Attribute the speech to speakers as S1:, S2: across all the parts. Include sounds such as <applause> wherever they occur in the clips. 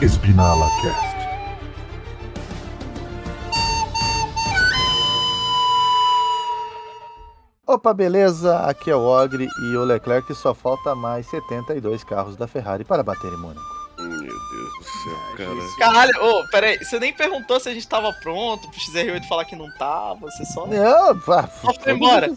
S1: Espinala Cast.
S2: Opa, beleza? Aqui é o Ogre e o Leclerc só falta mais 72 carros da Ferrari para bater em Mônaco.
S3: Meu Deus do céu, cara.
S4: Caralho, ô, peraí, você nem perguntou se a gente tava pronto pro XR8 falar que não tava, você só.
S2: Não, pá,
S5: Ah,
S4: Só foi embora.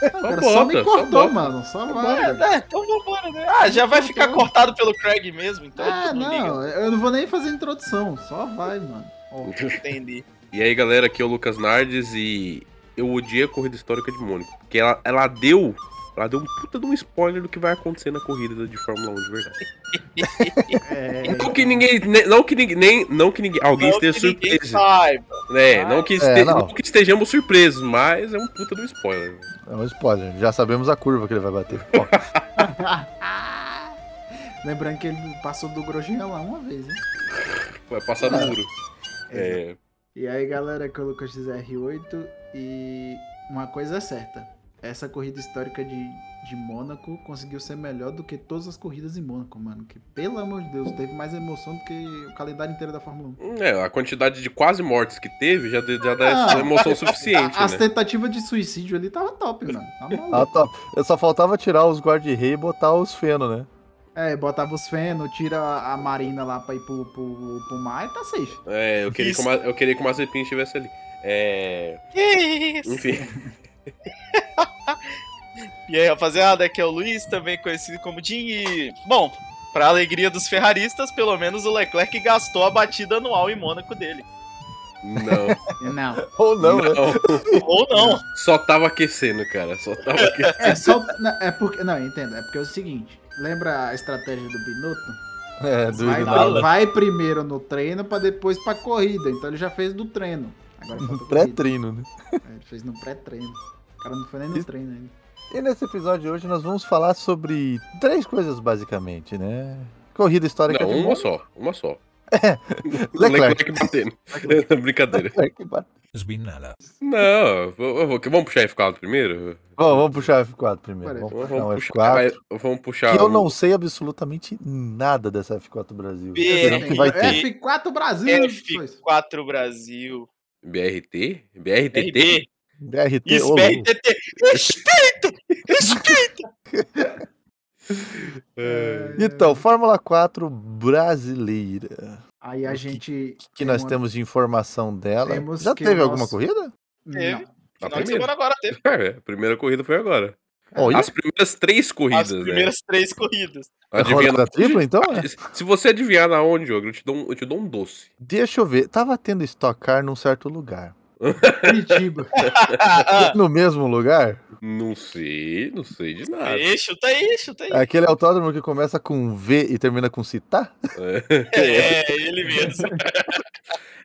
S5: Cara,
S3: bota,
S5: só me
S3: só
S5: cortou,
S3: bota.
S5: mano. Só
S4: É,
S5: vai.
S4: né? Então vambora, né? Ah, já vai ficar cortado pelo Craig mesmo, então.
S5: Ah,
S4: não
S5: não, eu não vou nem fazer introdução. Só vai, mano. Ó,
S4: liga. <laughs> Entendi.
S3: E aí, galera, aqui é o Lucas Nardes e eu odiei a corrida histórica de Mônaco, porque ela, ela deu, ela deu um puta de um spoiler do que vai acontecer na corrida de Fórmula 1 de verdade.
S5: <laughs> é,
S3: Não que ninguém, ne- não que ninguém, nem, não que ninguém, alguém
S4: Não Então, que
S3: esteja
S4: ninguém
S3: surpreso,
S4: saiba.
S3: né? Não que, este-
S2: É, não.
S3: não que estejamos surpresos, mas é um puta de um spoiler.
S2: É um spoiler, já sabemos a curva que ele vai bater. Ó,
S5: <laughs> Lembrando que ele passou do Grosjean lá uma vez, hein?
S3: Vai passar no muro.
S5: Ah. Exato.
S3: É,
S5: E aí, galera, aqui é o Lucas XR8 e uma coisa é certa. Essa corrida histórica de, de Mônaco conseguiu ser melhor do que todas as corridas em Mônaco, mano. Que, pelo amor de Deus, teve mais emoção do que o calendário inteiro da Fórmula 1.
S3: é, a quantidade de quase mortes que teve já, de- já dá
S5: Ah,
S3: essa emoção suficiente,
S5: A- As
S3: né?
S5: tentativas de suicídio ali tava top, mano. Tá
S2: <laughs>
S5: maluco.
S2: Ah, top. Eu só faltava tirar os guarda-rei e botar os feno, né?
S5: É, botava os feno, tira a Marina lá pra ir pro, pro, pro mar e tá safe.
S3: É, eu queria, que o Ma- eu queria que o Mazepin estivesse ali. É...
S4: Que isso?
S3: Enfim,
S4: E aí, rapaziada, aqui é o Luiz, também conhecido como Jim. E, bom, pra alegria dos ferraristas, pelo menos o Leclerc gastou a batida anual em Mônaco
S5: <laughs>
S4: dele.
S3: não.
S5: Não.
S2: Ou não,
S3: não.
S2: né?
S4: Ou não.
S3: Só tava aquecendo, cara. Só
S4: <laughs>
S3: tava
S2: <laughs>
S3: aquecendo.
S5: É só. não, É porque. Não, entenda. É porque é o seguinte. Lembra a estratégia do Binotto?
S2: É, do
S5: Vai,
S4: nada.
S5: vai- vai primeiro no treino pra depois pra corrida. Então ele já fez do treino. Agora falta corrida.
S2: pré-trino, né?
S5: É, ele fez no pré-treino. O cara não foi nem no
S2: Isso-
S5: treino ainda.
S2: E nesse episódio de hoje nós vamos falar sobre três coisas basicamente, né? Corrida histórica
S3: Não,
S2: de
S3: uma
S2: Mônaco.
S3: só. Uma só.
S2: é Leclerc.
S3: Leclerc batendo. né? <laughs> Brincadeira.
S6: Esbinala.
S3: Não, eu- eu vou- vamos puxar F4 primeiro?
S2: Bom, <laughs> vamos puxar F4 primeiro.
S5: Pera,
S2: Vamos
S3: Vamos
S2: puxar um
S3: puxar.
S2: F4.
S3: vai, Vamos puxar.
S2: Que eu
S3: um-
S2: não sei absolutamente nada dessa F4 do Brasil.
S4: Bem,
S2: Será é que
S5: é.
S2: vai ter?
S5: F4 Brasil! F4.
S4: F4 Brasil.
S3: BRT? BRTT?
S4: RB.
S2: BRT
S4: Isso,
S2: ô, louco.
S4: BRTT. Respeito! Respeito!
S3: É.
S2: Então, Fórmula 4 brasileira.
S5: Aí a gente.
S2: O que nós
S5: uma-
S2: temos de informação dela?
S5: Temos
S2: Já
S5: que
S2: teve
S5: o
S2: alguma
S5: nosso-
S2: corrida?
S5: Não.
S3: A
S4: Final de
S3: primeira.
S4: semana agora teve
S3: <laughs> É, a primeira corrida foi agora.
S2: Olha,
S3: As primeiras três corridas,
S4: as primeiras três corridas.
S3: né?
S2: é roda
S3: Adivinha
S2: da tripla, então? é?
S3: <laughs> Se você adivinhar na onde, Ogro, eu te dou um, eu te dou um doce.
S2: Deixa eu ver. Tava tendo Stock Car num certo lugar.
S5: Curitiba.
S4: Ah,
S2: No mesmo lugar?
S3: Não sei, não sei de
S4: ah,
S3: nada.
S4: ei, chuta aí, chuta aí.
S2: Aquele autódromo que começa com V e termina com Citar?
S4: É,
S2: <laughs>
S4: ele mesmo.
S3: <laughs>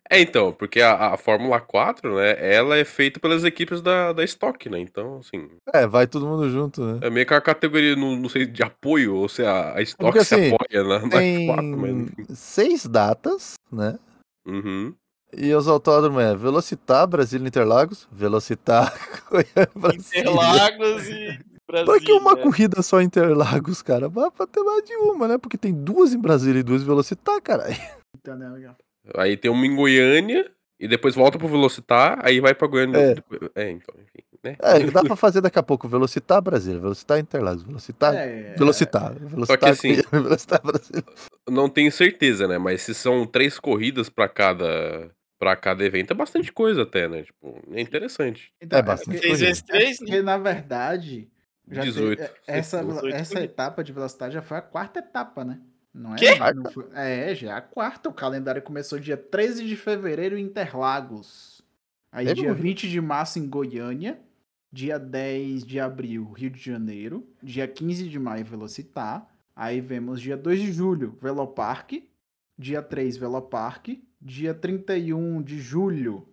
S3: É, então, porque a, a Fórmula 4, né, ela é feita pelas equipes da, da Stock, né? Então, assim,
S2: É, vai todo mundo junto, né?
S3: é meio que a categoria, não, não sei, de apoio, ou se é a, a Stock
S2: Porque,
S3: se
S2: assim,
S3: apoia na, na F4, mas
S2: Tem
S3: enfim.
S2: seis datas, né?
S3: Uhum.
S2: E os autódromos é Velocitar, Brasília Interlagos, Velocitar, <laughs> Goiânia, Brasília.
S4: Interlagos e Brasil. né?
S2: Pra que uma corrida só em Interlagos, cara? Vai pra ter mais de uma, né? Porque tem duas em Brasília e duas em Velocitar, cara. <laughs>
S5: Então, né, já.
S3: Aí tem uma em Goiânia, e depois volta pro Velocitar, aí vai pra Goiânia.
S2: É.
S3: depois- É, então, enfim, né?
S2: É, dá pra fazer daqui a pouco Velocitar Brasília, Velocitar Interlagos, Velocitar,
S5: É,
S2: Velocitar, Velocitar,
S3: assim-
S2: Goiânia, <laughs> Velocitar Brasília.
S3: Não tenho certeza, né? Mas se são três corridas pra cada... Pra cada evento é bastante coisa até, né? Tipo, é interessante.
S5: Então,
S2: É bastante
S5: porque-
S4: Três vezes três, né?
S5: Porque, na verdade, já teve-
S3: 18.
S5: é, essa,
S4: 18.
S5: essa etapa de velocidade já foi a quarta etapa, né? Não é?
S4: Quê?
S5: Não foi- é, já é a quarta. O calendário começou dia 13 de fevereiro em Interlagos. Aí
S2: Teve
S5: dia
S2: corrida?
S5: 20 de março em Goiânia. Dia 10 de abril, Rio de Janeiro. Dia 15 de maio, Velocitar. Aí vemos dia 2 de julho, Veloparque. Dia 3, Veloparque. Dia 31 de julho,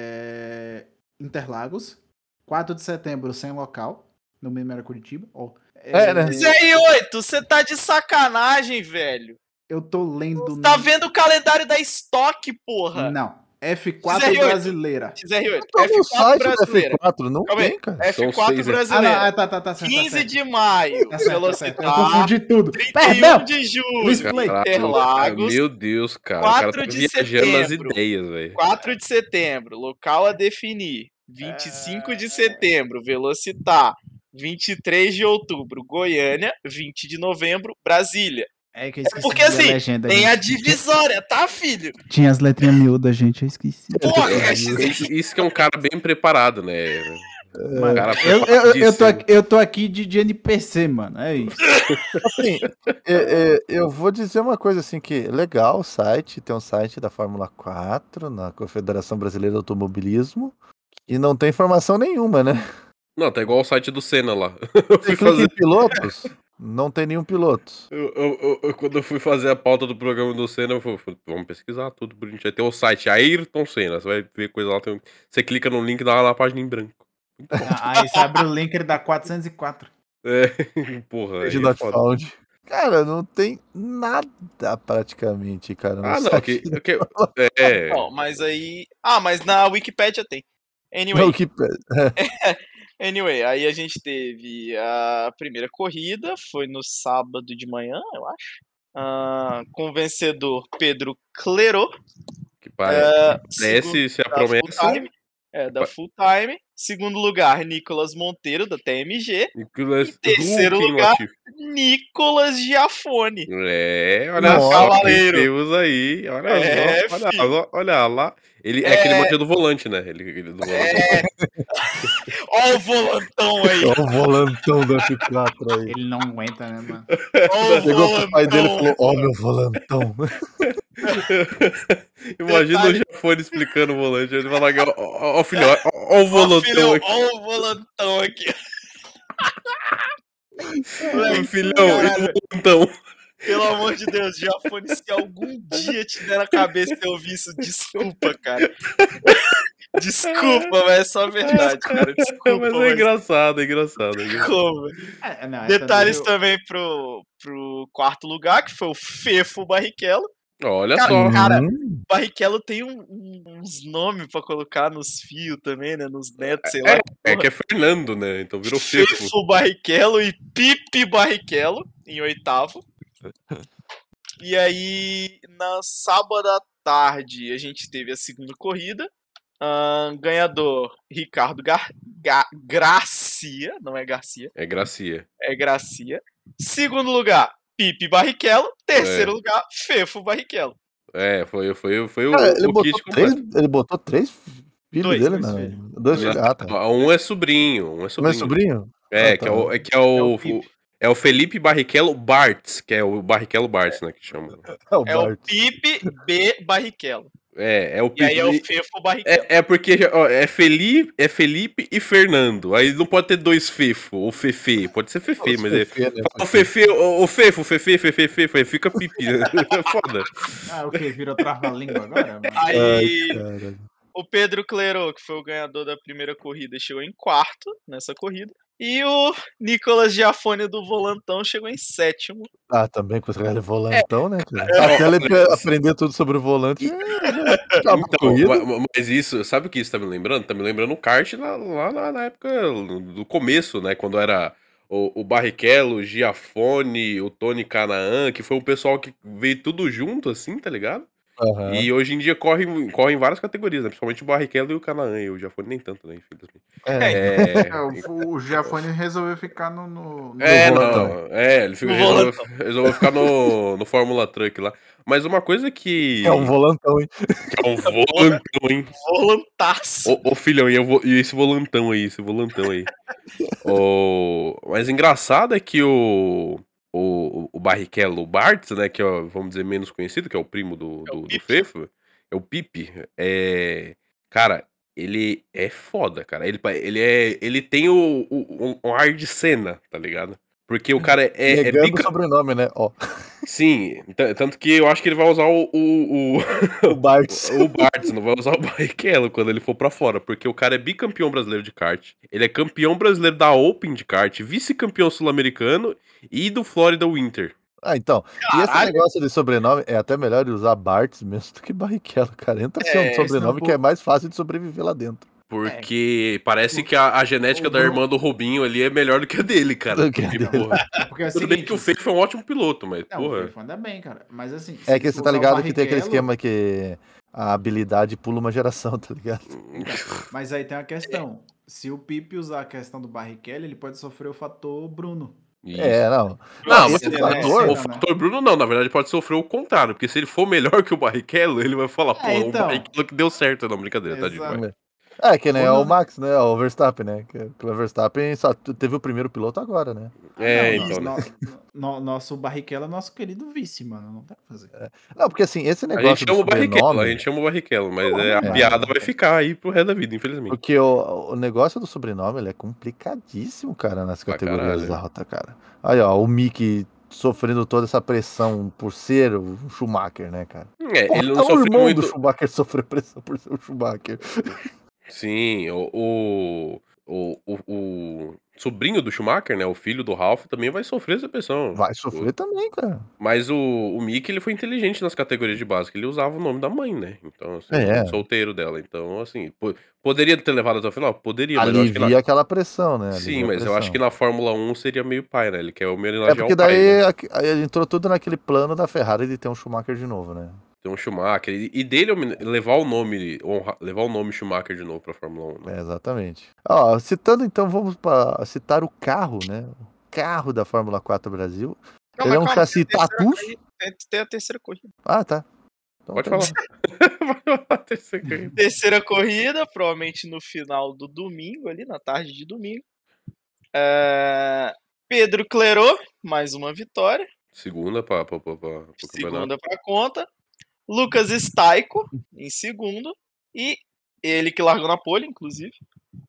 S5: é, Interlagos. 4 de setembro, sem local. No mesmo era Curitiba. ó.
S2: É, né?
S4: XR8, você tá de sacanagem, velho.
S5: Eu tô lendo.
S4: Tá
S5: no-
S4: vendo o calendário da estoque, porra.
S5: Não. F4
S4: 18.
S5: brasileira.
S4: XR8.
S2: Tá no
S4: F4
S2: site da
S4: brasileira.
S2: F4, não
S4: Calma aí.
S2: tem, cara.
S3: São
S4: F4
S3: seis, né?
S5: Ah, não,
S4: brasileira.
S5: ah, tá, tá, tá. certo, tá
S4: 15
S5: certo.
S4: é de maio,
S5: Tá certo, tá certo. Eu
S4: Velocitar.
S5: confundi tudo.
S4: 31
S5: Perdão!
S4: de
S5: Luiz
S4: julho.
S5: Play.
S3: Caraca,
S4: Interlagos.
S3: Meu Deus, cara. O cara
S4: 4
S3: tá
S4: de
S3: viajando nas
S4: setembro.
S3: ideias, velho.
S4: 4 de setembro, local a definir. 25 de setembro, Velocitar. 23 de outubro, Goiânia. 20 de novembro, Brasília.
S5: É que eu
S4: esqueci porque, de ler a assim, Tem a divisória, tá, filho?
S5: Tinha as letrinhas miúdas, gente, eu esqueci.
S4: Porra,
S3: É,
S4: XR8.
S3: Isso, isso que é um cara bem preparado, né? Um cara
S5: Eu, eu, eu, tô
S3: preparadíssimo.
S5: aqui, eu tô aqui de, de NPC, mano. É isso.
S2: Assim, é, é, eu vou dizer uma coisa assim que legal o site, tem um site da Fórmula 4 na Confederação Brasileira de Automobilismo e não tem informação nenhuma, né?
S3: Não, tá igual o site do Senna lá. <laughs> Eu
S2: Você
S3: fui
S2: clica em
S3: fazer,
S2: pilotos, não tem nenhum piloto.
S3: eu, eu- eu- eu- quando eu fui fazer a pauta do programa do Senna, eu falei, "Falei, vamos pesquisar tudo bonitinho. Aí tem o site Ayrton Senna, você vai ver coisa lá. Tem... um, Você clica no link e dá lá na página em branco.
S5: Aí você abre o link, ele dá 404.
S3: É, <laughs> porra. aí
S2: de
S3: é
S2: not
S3: foda.
S2: found. Cara, não tem nada praticamente, cara. no
S3: Ah, não,
S2: site.
S3: que, que- é,
S4: Ó, mas aí. Ah, mas na Wikipédia tem. Anyway,
S2: <laughs> Não, que pe-
S4: Anyway, aí a gente teve a primeira corrida, foi no sábado de manhã, eu acho. ah, com o vencedor Pedro Ah, Clerô.
S3: que
S4: é,
S3: parece, parece ser a
S4: da Full
S3: promessa.
S4: Time, é, da Full Time. Segundo lugar, Nicolas Monteiro, da TMG.
S3: Nicolas
S4: Em terceiro
S3: Hulk
S4: lugar.
S3: Latifi.
S4: Nicolas Giafone.
S3: É, olha
S2: Nossa,
S3: só,
S4: cavaleiro.
S3: temos aí, olha
S4: É,
S3: só, olha
S4: filho.
S3: lá, olha lá. Ele é, aquele mantinha do volante, né? Ele, ele do volante.
S4: É. <laughs> Ó o volantão aí.
S2: Ó, o volantão da F4
S3: <laughs>
S2: aí.
S5: Ele não aguenta, né, mano?
S4: Ó o
S2: Chegou pro pai dele e
S4: volantão.
S2: falou: Ó, meu volantão.
S3: <laughs> Imagina o
S4: Detalhe.
S3: Jafone explicando o volante. Ele fala que, ó, ó, ó, filho, ó, ó o
S4: Ó,
S3: volantão
S4: filhão,
S3: aqui.
S4: ó o volantão aqui.
S3: Ó,
S4: Moleque,
S3: filhão, e o
S4: caralho.
S3: volantão.
S4: Pelo amor de Deus, Giafone, se algum dia te der na cabeça eu ouvir isso, desculpa, cara. Desculpa, mas é só a verdade, cara. Desculpa,
S3: Mas <laughs> é
S4: mas
S3: engraçado, é engraçado. é engraçado.
S4: como, velho?
S5: É, não, essa
S4: Detalhes
S5: daí eu-
S4: também pro, pro quarto lugar, que foi o Fefo Barrichello.
S3: Olha
S4: Cara,
S3: só.
S4: cara,
S2: Hum,
S4: Barrichello tem um- um- uns nomes pra colocar nos fios também, né? Nos netos, sei lá.
S3: É, é que é Fernando, né? Então virou Fefo.
S4: Fefo Barrichello e Pipe Barrichello em
S3: <laughs>
S4: oitavo. E aí, na sábado à tarde, a gente teve a segunda corrida. Ahn, ganhador, Ricardo Gar Ga- Gracia, não é Garcia,
S3: É Gracia.
S4: é Gracia. Segundo lugar, Pipe Barrichello. Terceiro lugar, Fefo Barrichello.
S3: É, foi, foi, foi o,
S2: Cara, ele,
S3: o
S2: botou
S3: kit
S2: três,
S3: completo.
S2: ele botou três filhos
S4: Dois,
S2: dele,
S5: dois
S2: né?
S5: filhos.
S2: Dois filhos. Ah, tá.
S3: Um é sobrinho, um é
S2: Meu
S3: sobrinho.
S2: sobrinho?
S3: É,
S2: Ah,
S3: que
S2: tá.
S3: é o, é que é o,
S5: o Pipe.
S3: é o Felipe Barrichello Bartz, que é o Barrichello Bartz, né, que chama.
S2: <laughs> É o
S4: É o
S2: Bart.
S4: Pipe B Barrichello.
S3: É, é o
S4: E aí é o
S3: Pipe-
S4: Fefo Barrichello.
S3: É, é porque já- ó, é Felipe, é Felipe e Fernando. Aí não pode ter dois Fefo ou Fefe. Pode ser Fefe, mas é.
S2: Fefe, né?
S3: O Fefe, o, o Fefo, Fefe, Fefe, Fefe, aí fica pipi. <laughs> né? É Foda.
S5: Ah, o que? Virou trava-língua agora, mano?
S4: Aí,
S2: Cara,
S4: O Pedro Clerô, que foi o ganhador da primeira corrida, chegou em quarto nessa corrida. E o Nicolas Giafone do Volantão chegou em sétimo.
S2: Ah, também com o volantão, né, cara?
S3: É.
S2: Até ele pe- aprender tudo sobre o volante. é, já acabou a
S3: Então,
S2: corrida.
S3: ma- ma- mas isso, sabe o que isso tá me lembrando? Tá me lembrando o kart lá, lá na, na época do começo, né? Quando era o, o Barrichello, o Giafone, o Tony Canaan, que foi um pessoal que veio tudo junto, assim, tá ligado?
S2: Aham.
S3: E hoje em dia corre, em- corre em várias categorias, né? Principalmente o Barrichello e o Canaan, e o Giafone nem tanto, né? Infelizmente.
S2: É,
S3: É,
S5: É, o, o Giafone resolveu ficar no. no, no
S3: É,
S2: No
S3: não. É, ele ficou,
S4: No
S3: resolveu, resolveu ficar no, no Fórmula Truck lá. Mas uma coisa que.
S2: é um volantão, hein?
S3: que é um volantão, hein?
S4: Volantaço.
S3: Ô, ô, filhão, e, eu vou- e esse volantão aí, esse volantão aí. Ô, mas engraçado é que o, o, o Barrichello Bartz, né, que é, o- vamos dizer, menos conhecido, que é o primo do,
S4: É o
S3: do, do
S4: Pipe.
S3: Fefo, é o Pipe, é... Cara, ele é foda, cara. Ele, pa- ele, é, ele tem o, o, o ar de cena, tá ligado? Porque o cara é, é, é
S2: Negando o
S3: pica-
S2: sobrenome, né? Ó,
S3: Sim, t- tanto que eu acho que ele vai usar o- o- o,
S2: o Bart.
S3: <laughs> o Bartz não vai usar o Barrichello quando ele for pra fora, porque o cara é bicampeão brasileiro de kart, ele é campeão brasileiro da Open de kart, vice-campeão sul-americano e do Florida Winter.
S2: Ah, então. E esse negócio de sobrenome é até melhor de usar Bartz mesmo do que Barrichello, cara. Entra ser
S4: É,
S2: um sobrenome
S5: senão-
S2: que é mais fácil de sobreviver lá dentro.
S3: Porque parece que a, a genética
S5: É. o
S3: da
S5: Bruno-
S3: irmã do Robinho ali é melhor do que a dele, cara.
S2: Do que a
S3: Porque,
S2: dele.
S3: porra,
S5: Porque é o
S3: tudo bem que o
S5: seguinte,
S3: Fake foi um ótimo piloto, mas,
S5: Não, o
S3: porra.
S5: Fefo anda bem, cara. Mas assim.
S2: É
S5: se
S2: que você
S5: for
S2: tá
S5: usar o
S2: ligado que tem aquele
S5: Barrichello-
S2: esquema que a habilidade pula uma geração, <laughs> tá ligado?
S5: Mas aí tem uma questão. Se o Pipe usar a questão do Barrichello, ele pode sofrer o fator Bruno.
S2: É, não.
S3: Não,
S2: Não,
S3: mas
S2: esse é
S3: o
S2: fator-
S3: o fator Bruno não, na verdade pode sofrer o contrário, porque se ele for melhor que o Barrichello, ele vai falar,
S5: É,
S3: pô, o
S5: então.
S3: Barrichello que deu certo. Não, brincadeira, tá de
S5: Exato.
S2: É, que nem
S5: Ou
S2: é
S5: não,
S2: o
S5: né?
S2: Max, né? O Verstappen, né? Que- que O Verstappen só t- teve o primeiro piloto agora, né?
S3: É,
S5: Não,
S3: então, né?
S5: no- no- nosso Barrichello é nosso querido vice, mano. Não dá pra fazer.
S2: Não, porque assim, esse
S3: A
S2: negócio.
S3: gente chama
S2: do
S3: o Barrichello, a
S2: sobrenome-
S3: gente chama o Barrichello, mas é, a
S2: é.
S3: piada vai ficar aí pro resto da vida, infelizmente.
S2: Porque o, o negócio do sobrenome ele é complicadíssimo, cara, nas
S3: Pra
S2: categorias
S3: caralho.
S2: altas, cara. Aí, ó, o Mickey sofrendo toda essa pressão por ser o Schumacher, né, cara?
S3: É,
S2: Porra,
S3: ele não
S2: até o
S3: sofreu
S2: irmão
S3: muito.
S2: do Schumacher <laughs> sofreu pressão por ser o Schumacher.
S3: Sim, o, o, o, o- o sobrinho do Schumacher, né? O filho do Ralph também vai sofrer essa pressão.
S2: Vai sofrer também, cara.
S3: Mas o, o Mickey, ele foi inteligente nas categorias de base, que ele usava o nome da mãe, né? Então, assim,
S2: É.
S3: solteiro dela. Então, assim, po- poderia ter levado até o final? Poderia, mas eu acho que na-
S2: Alivia aquela pressão, né?
S3: Sim,
S2: Alivia a
S3: mas eu acho que
S2: pressão.
S3: na Fórmula 1 seria meio pai, né? Ele quer homenagear
S2: É porque
S3: o pai, né?
S2: daí aqui- aí ele entrou tudo naquele plano da Ferrari de ter um Schumacher de novo, né?
S3: Tem um Schumacher. E e dele homena- levar o nome, honra- levar o nome Schumacher de novo pra Fórmula 1, né?
S2: É, exatamente. Ó, citando então, vamos para citar o carro, né? O carro da Fórmula 4 Brasil.
S4: Calma,
S2: ele é um
S4: calma,
S2: chassi
S4: tem a terceira
S2: Tatus.
S4: corrida, tem- Tem a terceira corrida.
S2: Ah, tá. Então
S3: Pode
S2: tá.
S3: falar.
S2: <laughs>
S3: Vai lá, terceiro ganho.
S4: Terceira corrida, provavelmente no final do domingo, ali na tarde de domingo. É, Pedro Clerô, mais uma vitória.
S3: Segunda pra, pra, pra, pra, pro campeonato.
S4: segunda para conta. Lucas Staico em segundo e ele que largou na pole, inclusive.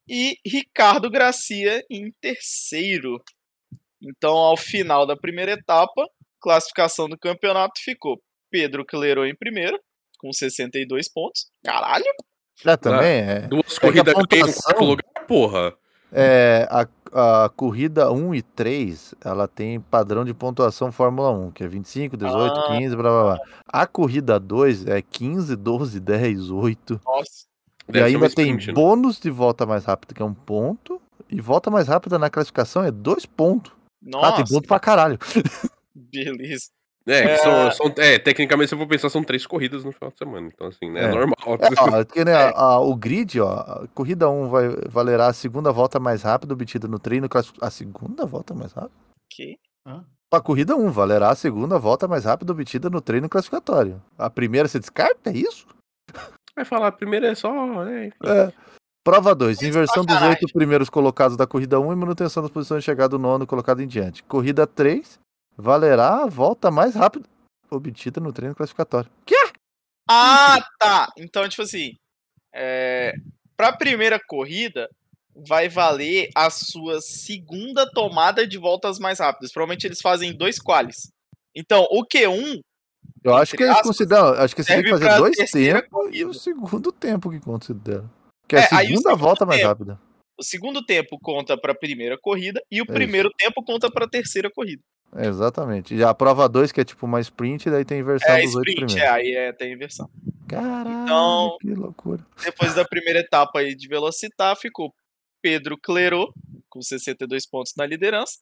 S4: E Ricardo Gracia em terceiro. Então, ao final da primeira etapa, classificação do campeonato ficou Pedro Clerô em primeiro com 62 pontos. Caralho,
S2: Já também
S3: Ah.
S2: é.
S3: Duas corridas
S2: a
S3: ganhas em
S2: pontuação-
S3: quarto lugar, porra.
S2: é a, a corrida 1 e 3, ela tem padrão de pontuação Fórmula 1, que é 25, 18,
S4: Ah.
S2: 15, blá blá blá. A corrida 2 é 15, 12, 10, 8.
S4: nossa.
S2: e
S3: Deve ser
S2: ainda
S3: uma
S2: tem
S3: sprint, né?
S2: bônus de volta mais rápida, que é um ponto. E volta mais rápida na classificação é dois pontos. Ah,
S4: Nossa,
S2: tem ponto pra caralho.
S4: beleza.
S3: É, que
S4: É.
S3: são, são- é, tecnicamente, se eu for pensar, são três corridas no final de semana. Então, assim, né? É,
S2: É.
S3: normal.
S2: É, ó, que nem a- a- o grid, ó. a Corrida 1 vai, valerá a segunda volta mais rápida obtida no treino. classi- A segunda volta mais rápida?
S4: Ok.
S5: Hã?
S2: Para a corrida 1, valerá a segunda volta mais rápida obtida no treino classificatório. A primeira se descarta, é isso?
S3: Vai falar, primeiro é só. né?
S2: É. Prova 2, inversão dos
S4: caralho.
S2: oito primeiros colocados da corrida 1 e manutenção das posições de chegada do nono colocado em diante. Corrida 3, valerá a volta mais rápida obtida no treino classificatório. Que?
S4: Ah, tá. Então, tipo assim, é, pra primeira corrida, vai valer a sua segunda tomada de voltas mais rápidas. Provavelmente eles fazem dois quales. Então, o Q1
S2: Eu acho que eles
S4: aspas,
S2: consideram, acho que você tem que
S4: serve
S2: fazer
S4: pra
S2: dois
S4: terceira
S2: tempos e o
S4: corrida.
S2: segundo tempo que considera. Que é,
S4: É,
S2: a
S4: aí o
S2: segunda
S4: segundo
S2: volta mais
S4: tempo.
S2: rápida.
S4: O segundo tempo conta pra primeira corrida e o
S2: isso.
S4: primeiro tempo conta pra terceira corrida.
S2: É, exatamente. E a prova 2, que é tipo uma sprint, daí tem inversão
S4: É
S2: dos oito primeiros.
S4: sprint, é, aí é, tem inversão.
S2: Caralho,
S4: Então-
S2: que loucura.
S4: Depois da primeira etapa aí de velocitar, ficou Pedro Clerô com 62 pontos na liderança,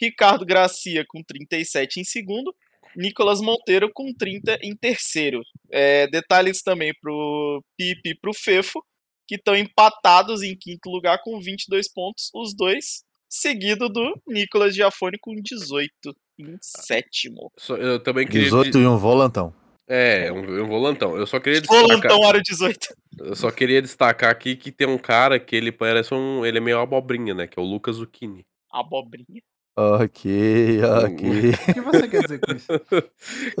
S4: Ricardo Gracia com 37 em segundo, Nicolas Monteiro com 30 em terceiro. É, detalhes também pro Pipe e pro Fefo, que estão empatados em quinto lugar com 22 pontos, os dois, seguido do Nicolas Giafone com 18 em sétimo.
S3: Só- eu também queria.
S2: 18 e um volantão.
S3: É, um, um volantão. Eu só queria destacar.
S4: Volantão Aro 18.
S3: Eu só queria destacar aqui que tem um cara que ele parece um. Ele é meio abobrinha, né? Que é o Lucas Zucchini.
S4: Abobrinha.
S2: Ok, ok.
S4: <laughs>
S5: O que você quer dizer com isso?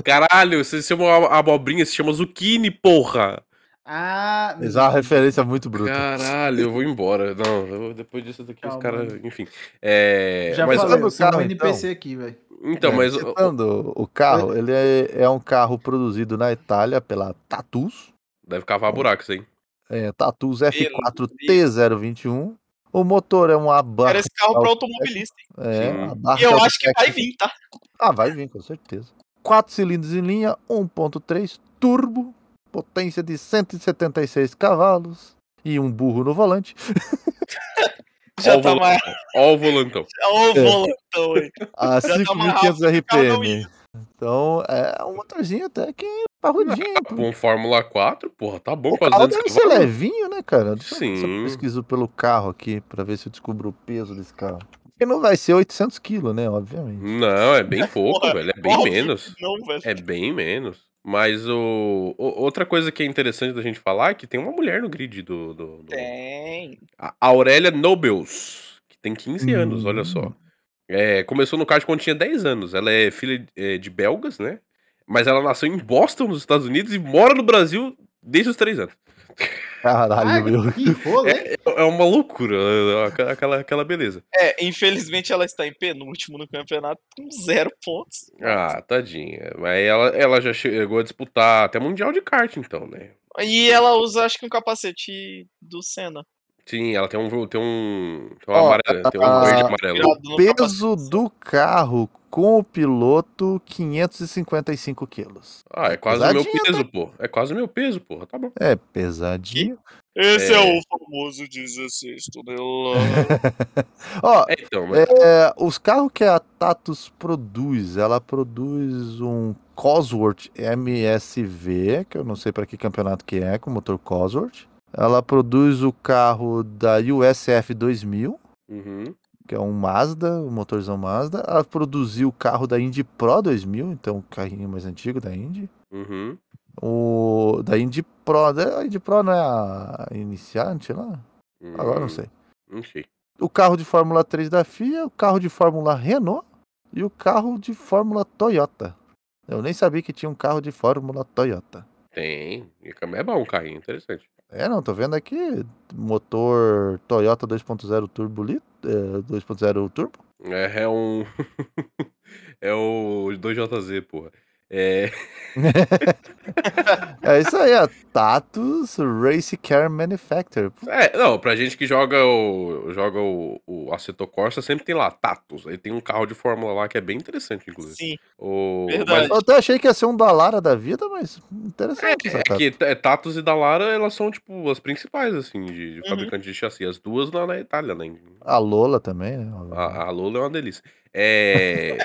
S3: Caralho, você se chama a- abobrinha, se chama Zucchini, porra!
S2: <laughs>
S5: Ah,
S2: Mas é uma referência muito bruta.
S3: Caralho, eu vou embora. Não, eu- depois disso daqui, os
S5: Calma,
S3: caras.
S5: mano.
S3: Enfim. É.
S5: já
S3: mas,
S5: falei,
S2: olha o
S5: eu sou um
S2: carro,
S5: NPC aqui, velho.
S3: Então,
S2: É,
S3: mas.
S2: citando o carro, ele é, é um carro produzido na Itália pela Tatus.
S3: Deve cavar buracos, hein?
S2: É, Tatus
S4: Deus.
S2: F4T021. O motor é um
S4: Era
S2: abarca.
S4: esse carro
S2: é o-
S4: para automobilista.
S2: É,
S3: Sim.
S2: abarca
S4: um- E eu
S2: o
S4: acho que vai
S2: técnico-
S4: vir, tá?
S2: Ah, vai vir, com certeza. Quatro cilindros em linha, 1.3 turbo, potência de 176 cavalos e um burro no
S4: <laughs>
S2: volante.
S4: Já
S3: Ó o
S4: tá
S3: volante.
S4: mais.
S3: Ó o volantão.
S4: Ó o
S2: É.
S4: volantão aí.
S2: A
S4: Já tá
S2: 5.500
S4: Cara, não
S2: RPM. Então, é um motorzinho até que parrudinho. pô.
S3: Com Fórmula 4, porra, tá bom
S2: O
S3: com as
S2: carro
S3: 200
S2: deve é um ser
S3: cavalos.
S2: levinho, né, cara? Deixa eu ver se
S3: Sim.
S2: eu pesquiso pelo carro aqui pra ver se eu descubro o peso desse carro. Porque não vai ser 800 quilos, né, obviamente.
S3: Não, é bem pouco,
S4: Porra,
S3: velho. É bem
S4: óbvio.
S3: menos.
S4: Não, velho.
S3: É bem menos. Mas o, o- outra coisa que é interessante da gente falar é que tem uma mulher no grid do. do, do-
S4: Tem.
S3: A Aurélia Nobels, que tem 15 anos,
S2: Hum.
S3: olha só. É, começou no kart quando tinha 10 anos. Ela é filha é, de belgas, né? Mas ela nasceu em Boston, nos Estados Unidos, e mora no Brasil desde os 3 anos.
S2: Caralho, meu.
S5: que rolê.
S3: É uma loucura, é, aquela- aquela, aquela beleza.
S4: É, infelizmente ela está em penúltimo no campeonato com zero pontos.
S2: É.
S3: Ah, tadinha. Mas ela, ela já chegou a disputar até Mundial de kart, então, né?
S4: E ela usa, acho que um capacete do Senna.
S3: Sim, ela tem um. Tem um. Tem, uma
S2: Ó, ah,
S3: amarela, tem um
S2: a-
S3: verde amarelo.
S4: Grudado
S2: O
S4: no
S2: peso
S4: capacete.
S2: do carro com o piloto, 555 quilos.
S3: Ah, é quase o meu
S2: Pesadinha, né?
S3: peso, pô. É quase o meu peso, porra. Tá bom.
S2: É pesadinho.
S4: Esse é,
S3: É.
S4: o famoso 16 toneladas.
S2: Ó,
S3: É, então, mas.
S2: é, os carros que a Tatus produz, ela produz um Cosworth MSV, que eu não sei para que campeonato que é, com motor Cosworth. Ela produz o carro da USF 2000,
S3: Uhum.
S2: que é um Mazda, um motorzão Mazda. Ela produziu o carro da Indy Pro 2000, então um carrinho mais antigo da Indy.
S3: Uhum.
S2: O da Indy Pro, né? a Indy Pro não é a iniciante lá? Agora
S3: hum,
S2: não sei.
S3: Não sei.
S2: O carro de Fórmula 3 da FIA, o carro de Fórmula Renault e o carro de Fórmula Toyota. Eu nem sabia que tinha um carro de Fórmula Toyota.
S3: Tem. E cam- É bom o carrinho, interessante.
S2: É, não, tô vendo aqui motor Toyota 2.0 turbo lit, é, 2.0 turbo.
S3: É, é um. <laughs> é o 2JZ, porra. É.
S2: É isso aí, a Tatus Race Car Manufacturer.
S3: É, não, pra gente que joga o. joga o, o Assetto Corsa, sempre tem lá Tatus. Aí tem um carro de Fórmula lá que é bem interessante, inclusive.
S4: Sim.
S3: O,
S4: Verdade.
S2: Eu até achei que ia ser um da Lara da vida, mas
S3: É,
S2: interessante essa
S3: é
S2: Tatus.
S3: que é, Tatus e Dallara, elas são, tipo, as principais, assim, de,
S4: Uhum.
S3: de fabricantes de chassi. As duas lá na Itália, né?
S2: A Lola também, né?
S3: A, a Lola é uma delícia. É,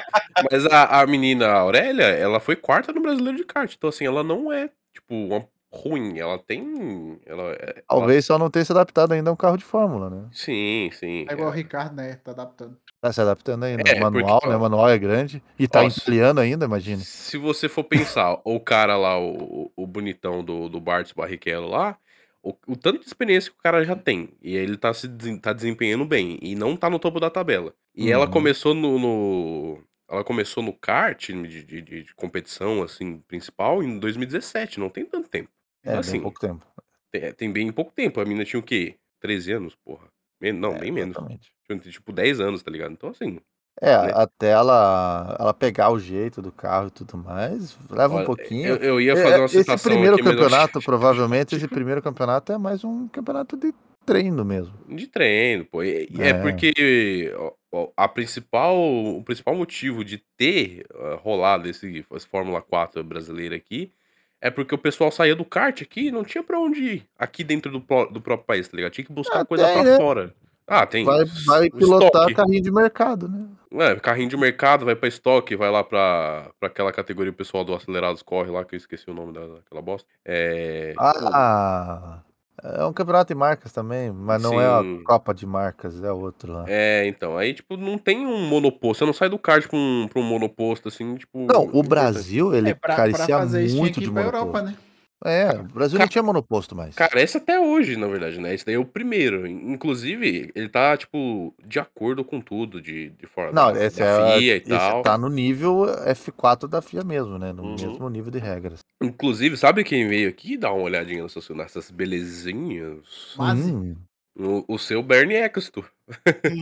S3: mas a, a menina Aurélia, ela foi quarta no brasileiro de kart. Então, assim, ela não é, tipo, uma ruim. Ela tem. Ela, é- ela-
S2: Talvez só não tenha se adaptado ainda a um carro de fórmula, né?
S3: sim, sim.
S5: É igual o Ricardo, né? Tá adaptando.
S2: Tá se adaptando ainda.
S3: É,
S2: manual,
S3: porque,
S2: né?
S3: ó,
S2: Manual é grande. E tá
S3: ó,
S2: em
S3: se-
S2: italiano ainda, imagina.
S3: Se você for pensar, <laughs> o cara lá, o, o- o bonitão do, do Bartos Barrichello lá, o, o tanto de experiência que o cara já tem. E ele tá se desem- tá desempenhando bem. E não tá no topo da tabela. E ela
S2: Uhum.
S3: começou no, no- Ela começou no kart de, de- de- de competição, assim, principal, em 2017, não tem tanto tempo.
S2: É,
S3: Então,
S2: bem
S3: assim,
S2: pouco tempo.
S3: tem, tem bem pouco tempo. A menina tinha o quê? 13 anos, porra. Men- não,
S2: É,
S3: bem menos.
S2: exatamente.
S3: Tinha, tipo, 10 anos, tá ligado? Então, assim.
S2: É,
S3: Né?
S2: até ela, ela pegar o jeito do carro e tudo mais, leva
S3: olha,
S2: um pouquinho.
S3: Eu, eu ia
S2: É,
S3: fazer uma
S2: esse
S3: citação
S2: primeiro
S3: aqui, mas eu acho
S2: campeonato, provavelmente, esse primeiro campeonato é mais um campeonato de treino mesmo.
S3: De treino, pô. E- e É,
S2: É.
S3: porque ó, ó, a principal, o principal motivo de ter ó, rolado esse, esse Fórmula 4 brasileira aqui é porque o pessoal saía do kart aqui e não tinha pra onde ir. Aqui dentro do, pró- do próprio país, tá ligado? Tinha que buscar
S2: Ah,
S3: coisa
S2: tem,
S3: pra
S2: né?
S3: fora. Ah, tem.
S2: Vai,
S3: s-
S2: vai
S3: o
S2: pilotar
S3: estoque.
S2: carrinho de mercado, né?
S3: É, carrinho de mercado, vai pra estoque, vai lá pra, pra aquela categoria o pessoal do Acelerados Corre lá, que eu esqueci o nome da- daquela bosta. É.
S2: Ah, é um campeonato de marcas também, mas não é
S3: Sim.
S2: a Copa de Marcas, é outro lá.
S3: É, então, aí, tipo, não tem um monoposto. Você não sai do kart pra um, pra um monoposto, assim, tipo...
S2: Não, o
S3: importante.
S2: Brasil, ele
S5: é, pra, pra
S2: carecia
S5: fazer isso tinha
S2: muito
S5: que
S2: de
S5: ir pra
S2: monoposto.
S5: Europa, né?
S2: É, o Brasil
S3: Ca-
S2: não tinha monoposto mais.
S3: Cara, esse até hoje, na verdade, né? Esse daí é o primeiro. In- Inclusive, ele tá, tipo, de acordo com tudo, de, de fora
S2: Não,
S3: da,
S2: esse,
S3: da
S2: é,
S3: FIA e
S2: esse
S3: tal.
S2: tá no nível F4 da FIA mesmo, né? No
S3: Uhum.
S2: mesmo nível de regras.
S3: Inclusive, sabe quem veio aqui dar uma olhadinha nessas, nessas belezinhas?
S5: Quase.
S2: Hum,
S3: O, o seu Bernie Eccleston.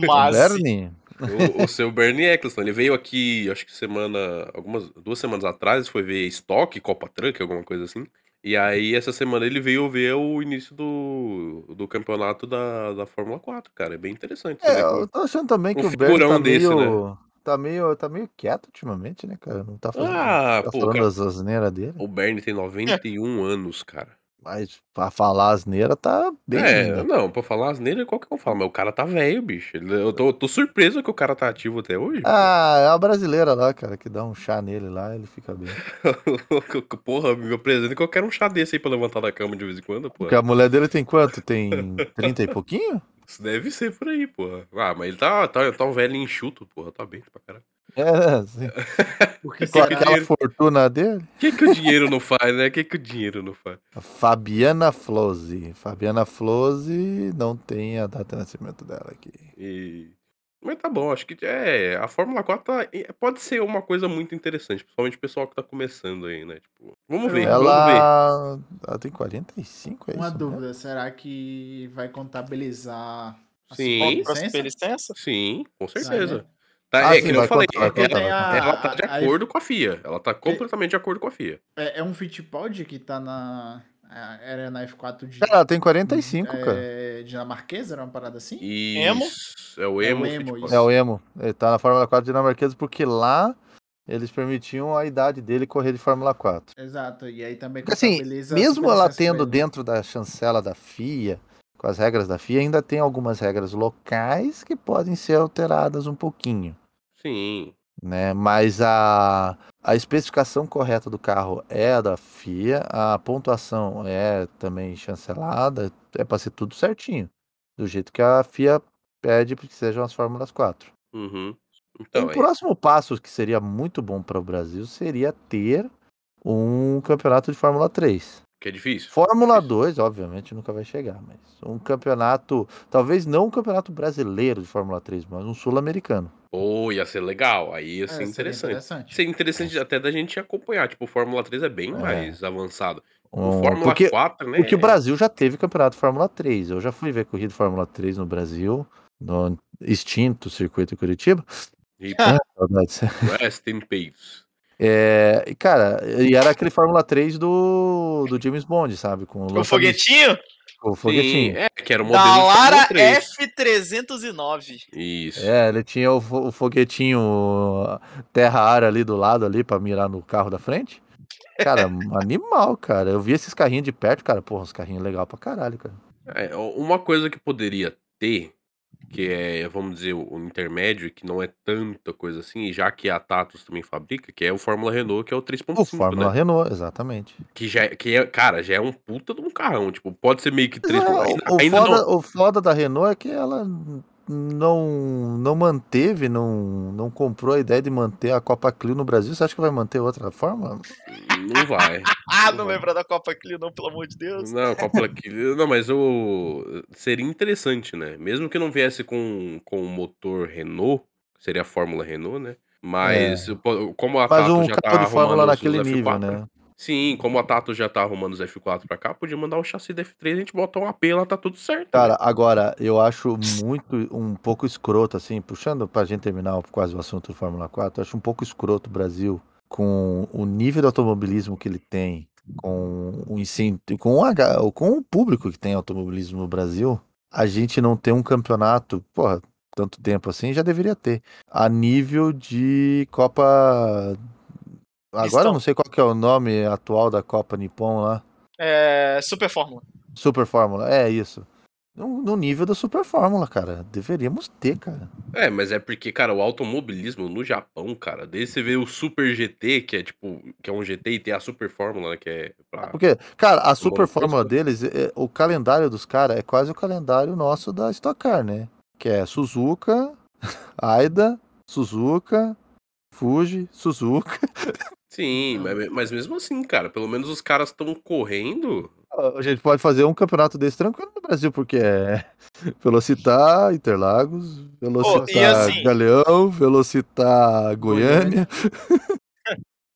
S4: Mas.
S2: Bernie,
S3: O, o seu Bernie Eccleston. Ele veio aqui, acho que semana. Algumas, duas semanas atrás, foi ver estoque, Copa Truck, alguma coisa assim. E aí, essa semana, ele veio ver o início do, do campeonato da, da Fórmula 4, cara. É bem interessante. você
S2: É,
S3: ver como-
S2: eu tô achando também que
S3: Um
S2: o Bernie
S3: figurão
S2: tá
S3: desse, né?
S2: meio. tá meio, tá meio quieto ultimamente, né, cara? Não tá fazendo.
S3: Ah,
S2: tá
S3: pô,
S2: falando assim.
S3: cara.
S2: as asneiras dele.
S3: O Bernie tem 91 anos, cara.
S2: Mas pra falar asneira tá bem.
S3: é,
S2: ainda.
S3: não, pra falar as nele qualquer um fala, mas o cara tá velho, bicho. Ele- Eu tô, tô surpreso que o cara tá ativo até hoje.
S2: Ah, é a brasileira lá, cara, que dá um chá nele lá, ele fica bem.
S3: <laughs> Porra, me apresenta que eu quero um chá desse aí pra levantar da cama de vez em quando, pô.
S2: Porque a mulher dele tem quanto? Tem 30 e pouquinho?
S3: Isso deve ser por aí, porra. Ah, mas ele tá, tá, tá um velho enxuto, porra. Tá bem pra caralho.
S2: É, né, assim,
S5: Porque
S2: com
S5: será
S3: que
S2: aquela
S3: dinheiro?
S2: fortuna dele.
S3: O que, que o dinheiro não faz, né? O que, que o dinheiro não faz?
S2: A Fabiana Flose. Fabiana Flose não tem a data de nascimento dela aqui.
S3: E... Mas tá bom, acho que é. A Fórmula 4 tá- é, pode ser uma coisa muito interessante, principalmente o pessoal que tá começando aí, né? Tipo, vamos ver, vamos ver.
S2: Ela, ela tem 45, é
S5: Uma
S2: isso? né?
S5: dúvida, será que vai contabilizar a
S3: Sim.
S5: sua
S4: Próxima
S5: licença?
S4: licença?
S3: Sim, com
S5: né?
S3: certeza. Tá,
S2: Ah,
S3: é,
S2: sim,
S3: que nem eu
S2: vai
S3: falei,
S2: contar, vai
S3: é-
S2: contar, vai
S5: contar.
S3: ela tá de
S5: Aí-
S3: acordo com a FIA. Ela tá completamente de acordo com a FIA.
S5: É, é um Fittipaldi que tá na. a- Era na F4 de.
S2: Cara, ela tem 45, cara.
S5: é, dinamarquesa, era uma parada assim?
S3: E
S4: Emo?
S3: é o emo.
S5: emo,
S3: Fittipaldi.
S5: isso.
S2: É o Emo. Ele tá na Fórmula 4 dinamarquesa porque lá eles permitiam a idade dele correr de Fórmula 4.
S5: Exato, e aí também
S2: Porque, assim,
S5: contabiliza a
S2: Mesmo ela
S5: superlicença
S2: tendo
S5: dele.
S2: dentro da chancela da FIA, com as regras da FIA, ainda tem algumas regras locais que podem ser alteradas um pouquinho,
S3: Sim.
S2: né? Mas a, a especificação correta do carro é a da FIA, a pontuação é também chancelada, é para ser tudo certinho, do jeito que a FIA pede que sejam as Fórmulas 4.
S3: Uhum. Então,
S2: o
S3: é
S2: próximo passo que seria muito bom para o Brasil seria ter um campeonato de Fórmula 3.
S3: que é difícil.
S2: Fórmula 2, obviamente, nunca vai chegar, mas um campeonato, talvez não um campeonato brasileiro de Fórmula 3, mas um sul-americano.
S3: Pô, ia ser legal. Aí ia ser
S5: É, seria
S3: Assim, interessante.
S5: interessante.
S3: Seria interessante até da gente acompanhar. Tipo, o Fórmula 3 é bem
S2: É.
S3: mais avançado. O
S2: Um-
S3: Fórmula
S2: porque,
S3: 4, né?
S2: porque o
S3: é-
S2: Brasil já teve campeonato de Fórmula 3. Eu já fui ver corrida de Fórmula 3 no Brasil, no extinto circuito Curitiba. <laughs>
S3: E
S2: Saudades.
S3: Rest in peace.
S2: É, e, cara, e era aquele Fórmula 3 do, do James Bond, sabe? Com
S4: O
S2: lança-
S4: foguetinho
S2: com o
S3: Sim,
S2: foguetinho.
S3: é, que era o modelo de
S4: da
S3: Fórmula
S4: Lara
S3: 3.
S4: F309.
S3: Isso.
S2: É, ele tinha o, fo- o foguetinho terra-ar ali do lado ali pra mirar no carro da frente. Cara, <laughs> um animal, cara. Eu vi esses carrinhos de perto, cara. Porra, uns carrinhos legal pra caralho, cara.
S3: É, o- uma coisa que poderia ter, que é, vamos dizer, o o intermédio, que não é tanta coisa assim, e já que a Tatus também fabrica, que é o Fórmula Renault, que é o
S2: O
S3: 3.5,
S2: Fórmula
S3: né?
S2: Renault, exatamente.
S3: Que, já, é- que é, cara, já é um puta de um carrão. Tipo, pode ser meio que
S2: Mas
S3: 3.
S2: é, o, o
S3: ainda, né? ainda
S2: foda,
S3: não.
S2: o foda da Renault é que ela não, não manteve, não, não comprou a ideia de manter a Copa Clio no Brasil. Você acha que vai manter outra fórmula?
S3: Não vai.
S4: Ah,
S3: Não
S4: não
S3: vai.
S4: lembra da Copa Clio, não, pelo amor de Deus.
S3: Não, Copa que- Não, mas o... seria interessante, né? Mesmo que não viesse com, com o motor Renault, seria a Fórmula Renault, né? Mas pô, como a
S2: É. Faz
S3: Tato
S2: um
S3: já tá
S2: carro de fórmula
S3: arrumando os
S2: naquele
S3: F4,
S2: nível, né?
S3: Sim, como a Tato já tá arrumando os F4 pra cá, podia mandar o chassi da F3, a gente botar um AP lá, tá tudo certo.
S2: Cara, agora, eu acho muito, um pouco escroto, assim, puxando pra gente terminar quase o assunto do Fórmula 4, eu acho um pouco escroto o Brasil com o nível do automobilismo que ele tem, com o incentivo, com, o H- com o público que tem automobilismo no Brasil, a gente não tem um campeonato, porra, tanto tempo assim, já deveria ter, a nível de Copa... Agora eu não sei qual que é o nome atual da Copa Nippon lá.
S4: É, Super Fórmula.
S2: Super Fórmula, é isso. No, no nível da Super Fórmula, cara. Deveríamos ter, cara.
S3: É, mas é porque, cara, o automobilismo no Japão, cara, desde você vê o Super GT, que é tipo, que é um GT e tem a Super Fórmula, né, que é
S2: Ah,
S3: pra...
S2: Porque, cara, a Super
S3: Monopólio.
S2: Fórmula deles, é- o calendário dos caras é quase o calendário nosso da Stock Car, né? Que é Suzuka, <laughs> Aida, Suzuka, Fuji,
S4: <laughs>
S2: Suzuka.
S3: Sim,
S2: Ah.
S3: mas, mas mesmo assim, cara, pelo menos os caras estão correndo.
S2: A gente pode fazer um campeonato desse tranquilo no Brasil, porque é <laughs> Velocitar, Interlagos, Velocitar
S4: assim-
S2: Galeão, Velocitar Goiânia.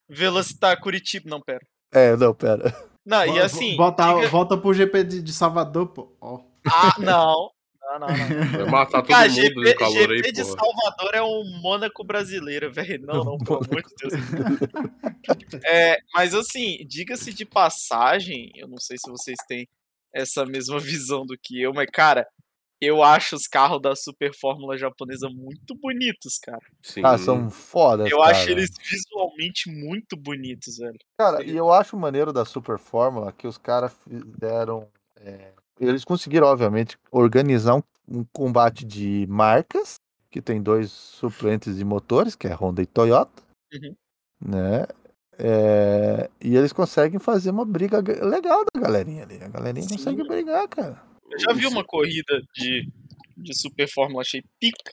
S4: Velocitar Curitiba, não, pera.
S2: É, não, pera.
S4: Não, e
S5: Bo-
S4: assim.
S5: Bota,
S4: diga-
S5: Volta pro GP de, de Salvador, pô. Ó.
S4: Ah, não. Não, não, não.
S3: Vai matar Tá todo
S4: Cara,
S3: mundo
S4: GP,
S3: no calor aí,
S4: GP de
S3: porra.
S4: Salvador é um Mônaco brasileiro, velho. Não, não, pelo amor de Deus. É, mas assim, diga-se de passagem, eu não sei se vocês têm essa mesma visão do que eu, mas, cara, Eu acho os carros da Super Fórmula japonesa muito bonitos, cara.
S3: Sim.
S2: Ah, são fodas.
S4: Eu
S2: cara.
S4: acho eles visualmente muito bonitos, velho.
S2: Cara, e eu acho maneiro da Super Fórmula que os caras fizeram. é, Eles conseguiram, obviamente, organizar um, um combate de marcas, que tem dois suplentes de motores, que é Honda e Toyota.
S4: Uhum.
S2: Né? É, e eles conseguem fazer uma briga ga- legal da galerinha ali. A galerinha
S4: Sim.
S2: consegue brigar, cara.
S4: Eu já vi
S3: Isso.
S4: uma corrida de, de Super Fórmula, achei pica.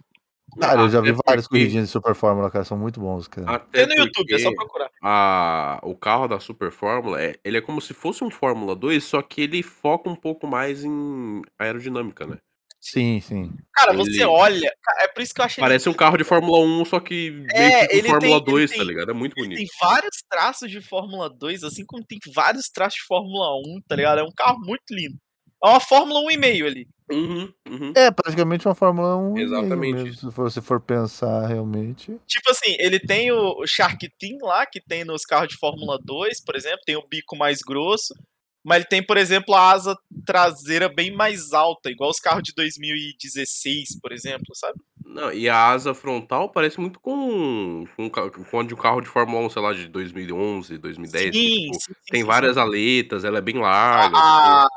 S2: Cara, eu já vi
S3: Até
S2: várias
S3: porque-
S2: corridinhas de Super Fórmula, cara. São muito bons, cara.
S3: Até
S4: É no YouTube, é só
S3: porque
S4: procurar.
S3: a- o carro da Super Fórmula, é, ele é como se fosse um Fórmula 2, só que ele foca um pouco mais em aerodinâmica, né?
S2: Sim, sim.
S4: Cara,
S3: Ele-
S4: você olha. cara, É por isso que eu achei.
S3: Parece um carro de Fórmula 1, só que meio
S4: É,
S3: que de
S4: ele
S3: Fórmula
S4: tem- ele
S3: 2, tá
S4: tem-
S3: ligado? É muito bonito.
S4: Tem vários traços de Fórmula 2, assim como tem vários traços de Fórmula 1, tá ligado? É um carro muito lindo. É uma Fórmula 1,5 ali.
S3: Uhum, uhum.
S2: É praticamente uma Fórmula 1. e meio
S3: Exatamente
S2: mesmo,
S3: isso.
S2: se você for pensar realmente.
S4: Tipo assim, ele tem o o Shark Team lá, que tem nos carros de Fórmula 2, por exemplo, tem o bico mais grosso, mas ele tem, por exemplo, a asa traseira bem mais alta, igual os carros de 2016, por exemplo, sabe?
S3: Não, e a asa frontal parece muito com, com, um ca- com a de um carro de Fórmula 1, sei lá, de 2011, 2010. que, tipo, tem
S4: sim, Ah,
S3: várias né? aletas, ela é bem larga. tipo,
S4: A-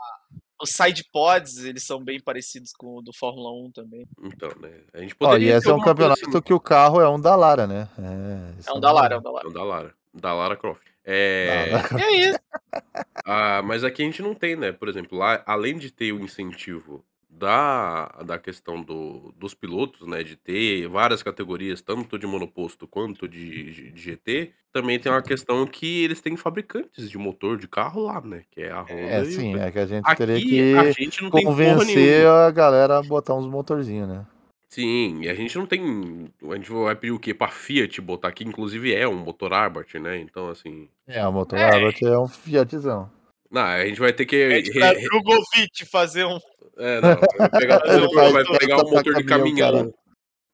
S4: os side pods, eles são bem parecidos com o do Fórmula 1 também.
S3: tipo, então, né? A gente
S2: Ó,
S3: poderia
S2: e esse
S3: ter
S2: é um
S3: alguma coisa assim,
S2: campeonato que o carro é um da Lara, né? É, esse
S4: É um da Lara, é um da Lara.
S3: Assim, da Lara. Da Lara Croft.
S2: <laughs>
S3: É,
S2: Da Lara.
S4: É isso.
S3: ah, mas aqui a gente não tem, né? Por exemplo, lá, além de ter o incentivo da, da questão do, dos pilotos, né? De ter várias categorias, tanto de monoposto quanto de, de- de GT, também
S2: Uhum.
S3: tem uma questão que eles têm fabricantes de motor de carro lá, né? Que é a Honda.
S2: É,
S3: e o-
S2: sim, é que a gente teria
S3: Aqui a
S2: que
S3: gente não tem porra
S2: convencer
S3: nenhuma.
S2: a galera a botar uns motorzinhos, né?
S3: Sim, e a gente não tem. A gente vai pedir o quê? Pra Fiat botar aqui, inclusive é um motor Abarth, né? Então, assim.
S2: É, o motor
S4: É.
S2: Abarth é um Fiatzão.
S3: Não, a gente vai ter que.
S2: É
S4: Pede
S3: re-
S4: pra
S3: re-
S4: Drogovic fazer um.
S3: É, não. Vai
S2: <laughs>
S3: pegar,
S4: Ele
S3: vai
S2: vai
S3: pegar
S2: tocar
S3: um motor de
S2: caminhão,
S3: caminhão.
S2: cara.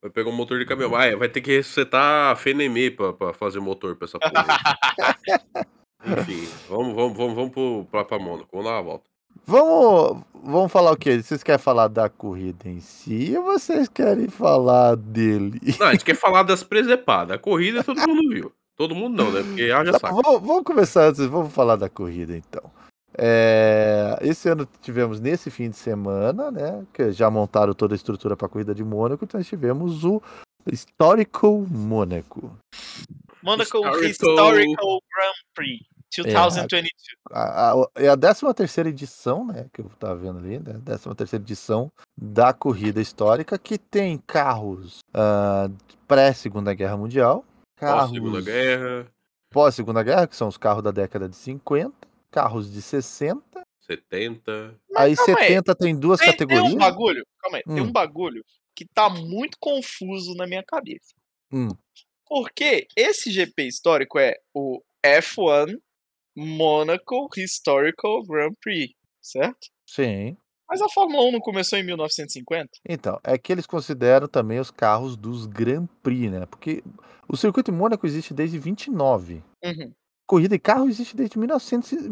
S3: Vai pegar um motor de caminhão. Ah, é, vai ter que ressuscitar a Fenemê pra, pra fazer motor pra essa porra.
S2: <laughs>
S3: Enfim, vamos, vamos, vamos, vamos pro, pra, pra Mônaco. Vamos dar uma volta.
S2: Vamos, vamos falar o quê? Vocês querem falar da corrida em si ou vocês querem falar dele?
S3: Não, a gente quer falar das presepadas. A corrida todo mundo viu. Todo mundo não, né? Porque haja
S2: Tá,
S3: saco.
S2: vamos, vamos começar, antes, vamos falar da corrida então. É, esse ano tivemos nesse fim de semana, né? Que já montaram toda a estrutura para a corrida de Mônaco, então nós tivemos o histórico Mônaco.
S4: Monaco
S3: Historical-
S4: um Historical Grand Prix
S2: É.
S4: 2022.
S2: A, a, é a 13 terceira edição, né? Que eu tava vendo ali, né? 13 terceira edição da corrida histórica, que tem carros ah, pré-segunda guerra mundial,
S3: Pós
S2: carros
S3: Segunda Guerra,
S2: pós-segunda guerra, que são os carros da década de 50, carros de 60.
S3: 70.
S2: Aí
S4: calma aí,
S2: 70 tem duas
S4: Tem, tem
S2: categorias.
S4: um bagulho, calma aí, tem
S2: Hum.
S4: um bagulho que tá muito confuso na minha cabeça.
S2: Hum.
S4: Porque esse GP histórico é o F1 Monaco Historical Grand Prix, certo?
S2: Sim.
S4: Mas a Fórmula 1 não começou em 1950?
S2: Então, é que eles consideram também os carros dos Grand Prix, né? Porque o circuito em Mônaco existe desde 29.
S4: Uhum.
S2: Corrida e carro existe desde 1900. e-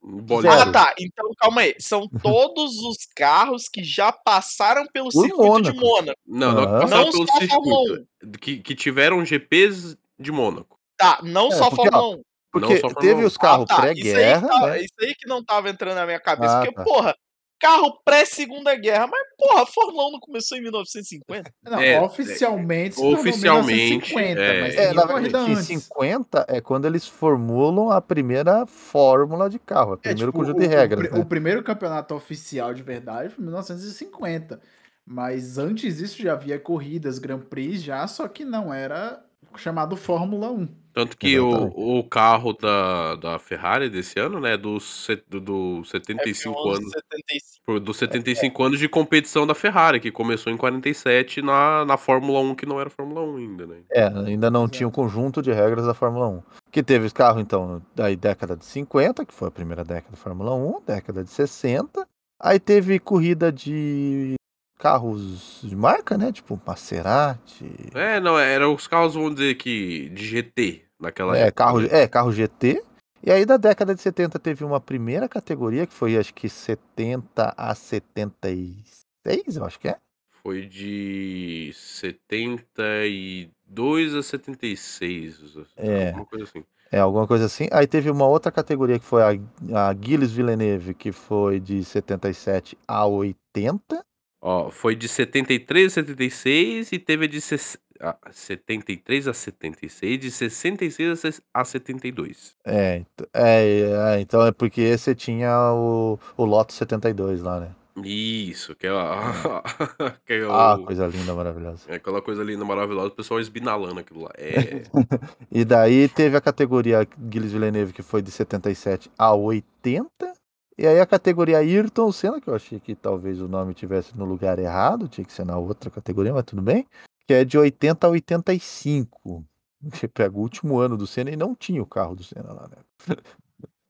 S3: Bolinha.
S2: Zero.
S4: Ah, tá. Então calma aí. São
S2: Uhum.
S4: todos os carros que já passaram pelo circuito de
S2: Mônaco.
S4: Mônaco.
S3: Não, não,
S2: Aham.
S3: que passaram
S4: Não
S3: pelo
S4: só a Fórmula
S3: circuito. eh, Que, que tiveram GPs de Mônaco.
S4: Tá, não
S2: É,
S4: só a
S2: porque, ó,
S4: Fórmula 1.
S2: Porque
S3: só Fórmula
S2: teve
S3: 1.
S2: os carros
S4: Ah, tá.
S2: pré-guerra,
S4: Isso, aí que tá-
S2: né?
S4: isso aí que não tava entrando na minha cabeça.
S2: Ah,
S4: porque,
S2: tá.
S4: porra, carro pré-segunda guerra. Mas, porra, a Fórmula 1 não começou em 1950?
S5: Não,
S3: É,
S5: oficialmente, se
S3: oficialmente,
S5: tornou 1950,
S3: é.
S5: mas
S2: É,
S5: tem
S2: na
S5: corrida
S2: verdade, em
S5: antes.
S2: 50 é quando eles formulam a primeira fórmula de carro, o
S5: É,
S2: primeiro
S5: tipo,
S2: conjunto
S5: o-
S2: de
S5: o
S2: regras.
S5: pri-
S2: né?
S5: O primeiro campeonato oficial de verdade foi em 1950. Mas antes disso já havia corridas, Grand Prix já, só que não era chamado Fórmula 1.
S3: Tanto que o,
S2: Exatamente.
S3: o carro da, da Ferrari desse ano, né? Dos, set- do,
S4: É,
S3: do 75
S4: F1
S3: anos.
S4: 75.
S3: pro- Dos 75 anos de competição da Ferrari, que começou em 47 na, na Fórmula 1, que não era Fórmula 1 ainda, né?
S2: É, ainda não tinha o
S5: Exato.
S2: conjunto de regras da Fórmula 1. Que teve os carros, então, da década de 50, que foi a primeira década da Fórmula 1, década de 60. Aí teve corrida de carros de marca, né? Tipo Maserati.
S3: É, não, eram os carros, vamos dizer que, de GT naquela
S2: É,
S3: época.
S2: carro,
S3: né?
S2: é, carro GT. E aí, da década de 70, teve uma primeira categoria, que foi acho que 70 a 76, 76, eu acho que é.
S3: Foi de 72 a 76.
S2: É.
S3: Alguma coisa assim.
S2: É, alguma coisa assim. Aí teve uma outra categoria que foi a, a Gilles Villeneuve, que foi de 77 a 80.
S3: Ó, foi de 73 a 76 e teve de ses- ah, 73 a 76, de 66 a ses- a 72.
S2: É, ent- é, é, então é porque esse tinha o, o Loto 72 lá, né?
S3: Isso, é aquela. <laughs> aquela,
S2: Ah, coisa linda, maravilhosa.
S3: é aquela coisa linda, maravilhosa, o pessoal esbinalando aquilo lá. É.
S2: <laughs> E daí teve a categoria Gilles Villeneuve, que foi de 77 a 80. E aí a categoria Ayrton Senna, que eu achei que talvez o nome tivesse no lugar errado, tinha que ser na outra categoria, mas tudo bem. Que é de 80 a 85. Você pega o último ano do Senna e não tinha o carro do Senna lá, né?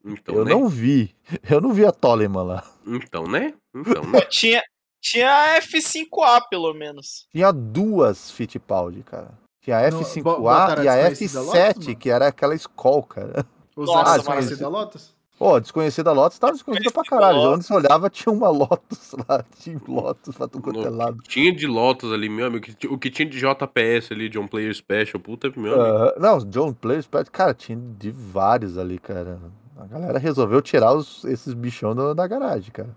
S3: Então,
S2: eu
S3: né?
S2: não vi. Eu não vi a Toleman lá.
S3: Então, né? Então, né?
S4: Pô, tinha, tinha a F5A, pelo menos.
S2: Tinha duas Fittipaldi, cara. Tinha a
S5: Não, bo-
S2: F5A
S5: botaram
S2: e a
S5: desconhecida Lotus,
S2: F7,
S5: mano?
S2: que era aquela Skol, cara.
S5: Usaram
S4: Nossa,
S5: a parceria
S2: mas-
S5: da Lotus?
S2: Pô, desconhecida Lotus tava desconhecida pra caralho.
S4: Lotus.
S2: Onde você olhava tinha uma Lotus lá, <laughs> tinha um Lotus pra tudo quanto é lado.
S3: Tinha de Lotus ali, meu amigo. que- O que tinha de JPS ali, de um player special, puta, meu amigo.
S2: Ah, não, os John Players, perto- cara, tinha de vários ali, cara. A galera resolveu tirar os- esses bichão do- da garagem, cara.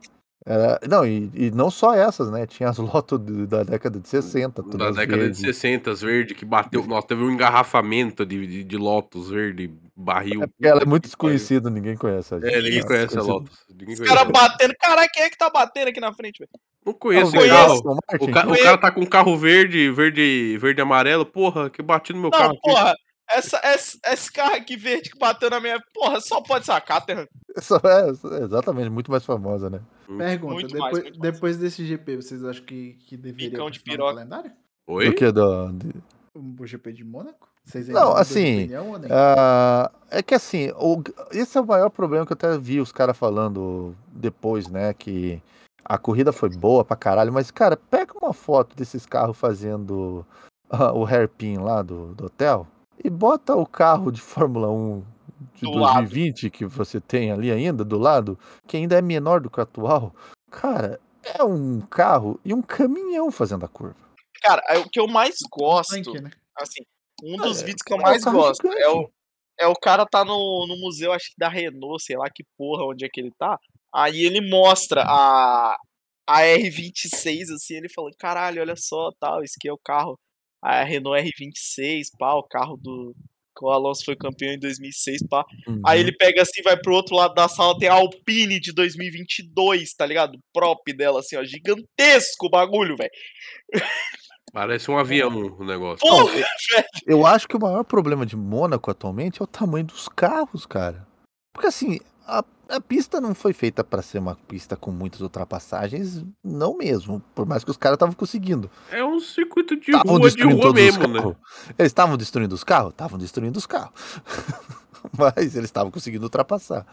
S2: Era- não, e, e não só essas, né? Tinha as Lotus do- da década de 60.
S3: Da
S2: todas
S3: década
S2: verdes.
S3: de 60, as verde,
S2: <laughs>
S3: que bateu. Nossa, teve um engarrafamento de, de, de Lotus verde, barril.
S2: É porque ela é
S3: puta
S2: muito
S3: que pariu.
S2: desconhecida, ninguém conhece. a gente. né?
S3: É, ninguém
S2: Ela
S3: conhece a
S2: desconhecida.
S3: Lotus. Ninguém
S4: Os caras
S3: conhece.
S4: batendo. Caralho, quem é que tá batendo aqui na frente, velho?
S3: Não
S2: É o
S3: conheço o
S4: conheço.
S3: carro.
S2: Aston Martin?
S3: O, ca- o cara tá com um carro verde, verde, verde e amarelo. Porra, que bati no meu
S4: Não,
S3: carro aqui.
S4: porra. Essa, esse, esse carro aqui verde que bateu na minha. Porra, só pode ser a Caterham.
S2: <laughs> Essa é- é exatamente, muito mais famosa, né?
S5: Pergunta,
S4: Muito mais,
S5: depois,
S4: muito mais.
S5: depois desse GP, vocês acham que, que deveria
S4: Bicão de
S5: continuar no
S4: piroca.
S5: calendário?
S3: Oi?
S2: Do que do, de-
S5: O GP de Mônaco? Vocês
S2: Não,
S5: ainda mudam de
S2: assim,
S5: opinião ou nem?
S2: Ah, é que assim, o- esse é o maior problema que eu até vi os caras falando depois, né? Que a corrida foi boa pra caralho, mas, cara, pega uma foto desses carros fazendo <laughs> ah, o hairpin lá do, do hotel e bota o carro de Fórmula 1 de
S4: Do lado.
S2: 2020 que você tem ali ainda, do lado, que ainda é menor do que o atual. Cara, é um carro e um caminhão fazendo a curva.
S4: Cara, é o que eu mais gosto.
S5: Tanque, né?
S4: assim, um
S2: Ah,
S4: dos
S2: é-
S4: vídeos que eu
S2: é o
S4: mais
S2: carro
S4: gosto
S2: gigante.
S4: é o, é o cara tá no, no museu, acho que da Renault, sei lá que porra, onde é que ele tá. Aí ele mostra a, a R26, assim, ele falando, caralho, olha só, tal, esse aqui é o carro, a Renault R26, pá, o carro do que o Alonso foi campeão em 2006, pá.
S2: Uhum.
S4: Aí ele pega assim, vai pro outro lado da sala, tem a Alpine de 2022, tá ligado? O prop dela, assim, ó, gigantesco o bagulho, velho.
S3: Parece um avião o negócio.
S4: Porra!
S2: Eu
S3: É.
S2: acho que o maior problema de Mônaco atualmente é o tamanho dos carros, cara. Porque assim, a, a pista não foi feita para ser uma pista com muitas ultrapassagens, não mesmo. Por mais que os caras estavam conseguindo.
S3: É um circuito de
S2: Estavam
S3: rua de
S2: Tá destruindo
S3: rua
S2: todos
S3: mesmo,
S2: os
S3: né?
S2: carros. Eles estavam destruindo os carros? Estavam destruindo os carros. <laughs> Mas eles estavam conseguindo ultrapassar.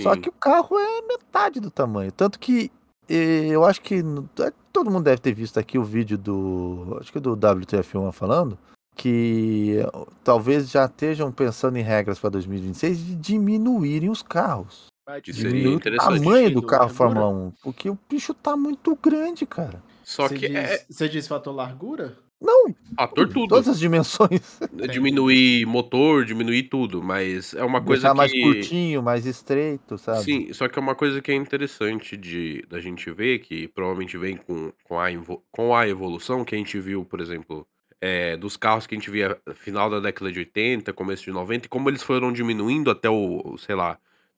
S2: Só
S3: Sim.
S2: que o carro é metade do tamanho. Tanto que eh, eu acho que no- eh, todo mundo deve ter visto aqui o vídeo do. Acho que é do WTF1 falando. Que eh, talvez já estejam pensando em regras para 2026 de diminuírem os carros.
S3: Que
S5: Diminuir
S3: seria
S2: Diminuir o
S3: interessante.
S2: tamanho do
S5: Sentido,
S2: carro
S5: largura.
S2: Fórmula 1. Porque o bicho tá muito grande, cara.
S3: Só
S5: você
S3: que
S5: diz,
S3: é
S5: Você diz fator largura?
S2: Não,
S3: fator tudo. Né?
S2: todas as dimensões.
S3: Diminuir motor, diminuir tudo, mas é uma coisa
S2: Deixar Tá mais
S3: que.
S2: curtinho, mais estreito, sabe?
S3: Sim, só que é uma coisa que é interessante de da gente ver, que provavelmente vem com, com, a, invo- com a evolução que a gente viu, por exemplo, é, dos carros que a gente via final da década de 80, começo de 90, e como eles foram diminuindo até o, sei lá,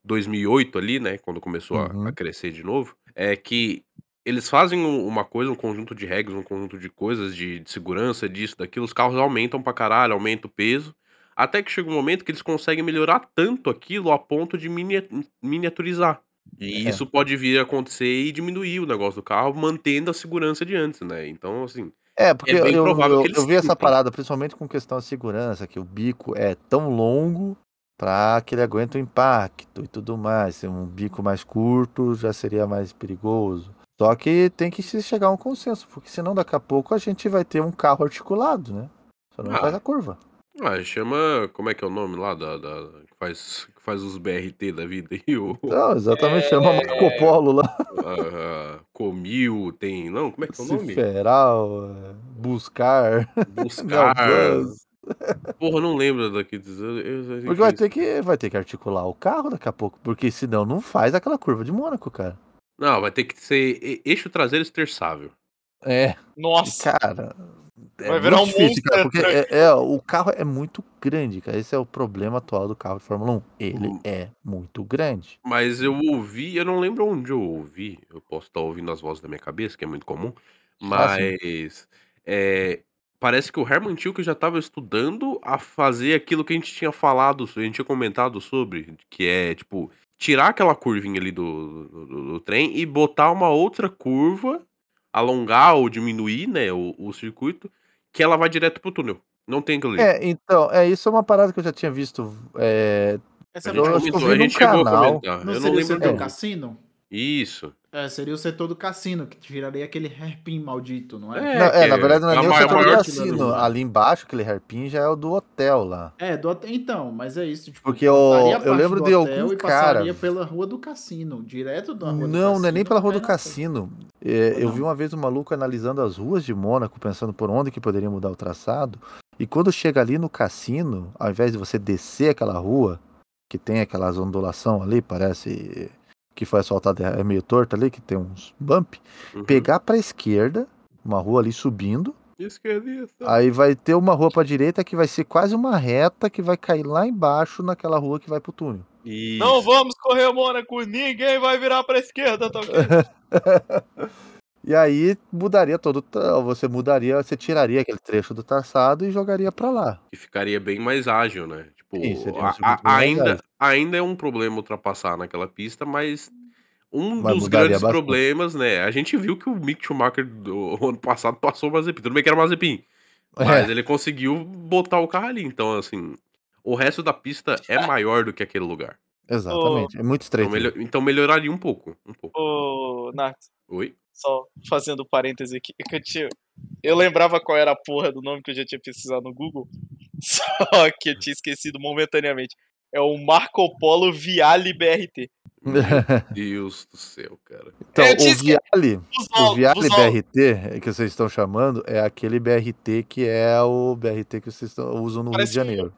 S3: 2008 ali, né, quando começou a-
S2: Uhum.
S3: a, crescer de novo, é que eles fazem um- uma coisa, um conjunto de regras, um conjunto de coisas de, de segurança, disso, daquilo, os carros aumentam pra caralho, aumenta o peso, até que chega um momento que eles conseguem melhorar tanto aquilo a ponto de minia- miniaturizar. E
S2: É.
S3: isso pode vir a acontecer e diminuir o negócio do carro, mantendo a segurança de antes, né? Então, assim,
S2: É, porque
S3: bem
S2: eu,
S3: provável
S2: eu,
S3: que eles
S2: eu vi essa
S3: tentem.
S2: parada, principalmente com questão de segurança, que o bico é tão longo para que ele aguente o impacto e tudo mais. Se um bico mais curto já seria mais perigoso. Só que tem que se chegar a um consenso, porque senão daqui a pouco a gente vai ter um carro articulado, né? Só não
S3: Ah.
S2: faz a curva.
S3: Ah, chama. Como é que é o nome lá da. da- que, faz, que faz os BRT da vida aí? O,
S2: Não, exatamente,
S3: é
S2: chama Marco Polo
S3: <laughs>
S2: lá.
S3: a- a Comil, tem. Não, como é que é o nome?
S2: Ciferal, eh, Buscar,
S3: Buscar.
S2: Galvãs.
S3: Porra, não lembro daqui. Eu, eu-
S2: Porque vai ter, que, vai ter que articular o carro daqui a pouco, porque senão não faz aquela curva de Mônaco, cara.
S3: Não, vai ter que ser e- eixo traseiro esterçável.
S2: É,
S4: Nossa,
S2: cara. É
S4: Vai virar
S2: muito
S4: um
S2: difícil, cara, porque
S4: monster
S2: é, é, o carro é muito grande, cara. Esse é o problema atual do carro de Fórmula 1. Ele
S3: Hum.
S2: é muito grande.
S3: Mas eu ouvi, eu não lembro onde eu ouvi. Eu posso estar ouvindo as vozes da minha cabeça, que é muito comum.
S2: Ah, sim.
S3: Mas é, parece que o Herman Tilke já estava estudando a fazer aquilo que a gente tinha falado, a gente tinha comentado sobre, que é tipo tirar aquela curvinha ali do, do, do- do trem e botar uma outra curva, alongar ou diminuir, né, o, o circuito, que ela vai direto pro túnel. Não tem aquilo ali.
S2: É, então, é isso é uma parada que eu já tinha visto. é,
S3: A
S5: Essa
S3: gente,
S2: eu
S5: parte-
S2: acho que
S3: comentou,
S2: vi
S3: a
S2: num
S3: gente chegou a
S2: canal.
S3: comentar.
S5: Não
S3: eu não
S5: seria o
S3: lembro.
S5: setor
S2: É.
S5: cassino?
S3: Isso.
S5: É, seria o setor do cassino, que tiraria aquele hairpin maldito, não é?
S2: não, é, na
S3: que
S2: verdade não é
S3: a
S2: nem o
S3: maior-
S2: setor do
S3: maior-
S2: assino. Ali embaixo, aquele hairpin já é o do hotel lá.
S5: É, do hotel. Então, mas é isso. Tipo,
S2: Porque eu-
S5: cortaria a
S2: eu
S5: parte
S2: lembro
S5: do
S2: de
S5: hotel
S2: algum
S5: e passaria
S2: cara-
S5: pela rua do cassino, direto da rua do cassino.
S2: Não, não é nem pela rua do
S5: é na-
S2: cassino. É,
S5: Ou
S2: eu
S5: não?
S2: vi uma vez um maluco analisando as ruas de Mônaco, pensando por onde que poderia mudar o traçado. E quando chega ali no cassino, ao invés de você descer aquela rua, que tem aquelas ondulação ali, parece que foi asfaltada, é meio torta ali, que tem uns bump,
S3: Uhum.
S2: pegar pra esquerda, uma rua ali subindo,
S3: Esquerdista.
S2: aí vai ter uma rua pra direita que vai ser quase uma reta que vai cair lá embaixo naquela rua que vai pro túnel.
S3: Isso.
S4: não vamos correr, Mônaco. Ninguém vai virar pra esquerda,
S3: <laughs>
S4: tá ok?
S2: E aí mudaria todo, o tra- você mudaria, você tiraria aquele trecho do traçado e jogaria pra lá.
S3: que ficaria bem mais ágil, né? Tipo,
S2: Sim, seria um
S3: a-
S2: circuito
S3: a-
S2: bem mais
S3: ainda,
S2: ágil.
S3: ainda é um problema ultrapassar naquela pista, mas um
S2: Mas
S3: dos
S2: mudaria
S3: grandes
S2: bastante.
S3: problemas, né? A gente viu que o Mick Schumacher do <laughs> o ano passado passou o Mazepin. Tudo bem que era o Mazepin, mas
S2: É,
S3: ele conseguiu botar o carro ali. Então, assim, o resto da pista é maior do que aquele lugar.
S2: exatamente. É muito
S3: Então,
S2: estreito.
S3: melho- então melhoraria um pouco, um pouco.
S4: Ô, Nath,
S3: Oi?
S4: só fazendo parêntese aqui. é que eu, tinha... eu lembrava qual era a porra do nome que eu já tinha pesquisado no Google, <laughs> só que eu tinha esquecido momentaneamente. É o Marco Polo Viale BRT.
S2: <laughs>
S3: Meu Deus do céu, cara.
S2: <laughs> Então,
S4: Eu
S2: o
S4: disse que-
S2: Viale,
S4: Busol,
S2: o Viale
S4: busol.
S2: BRT que vocês estão chamando é aquele BRT que é o BRT que vocês estão- usam no
S4: Parece
S2: Rio de Janeiro.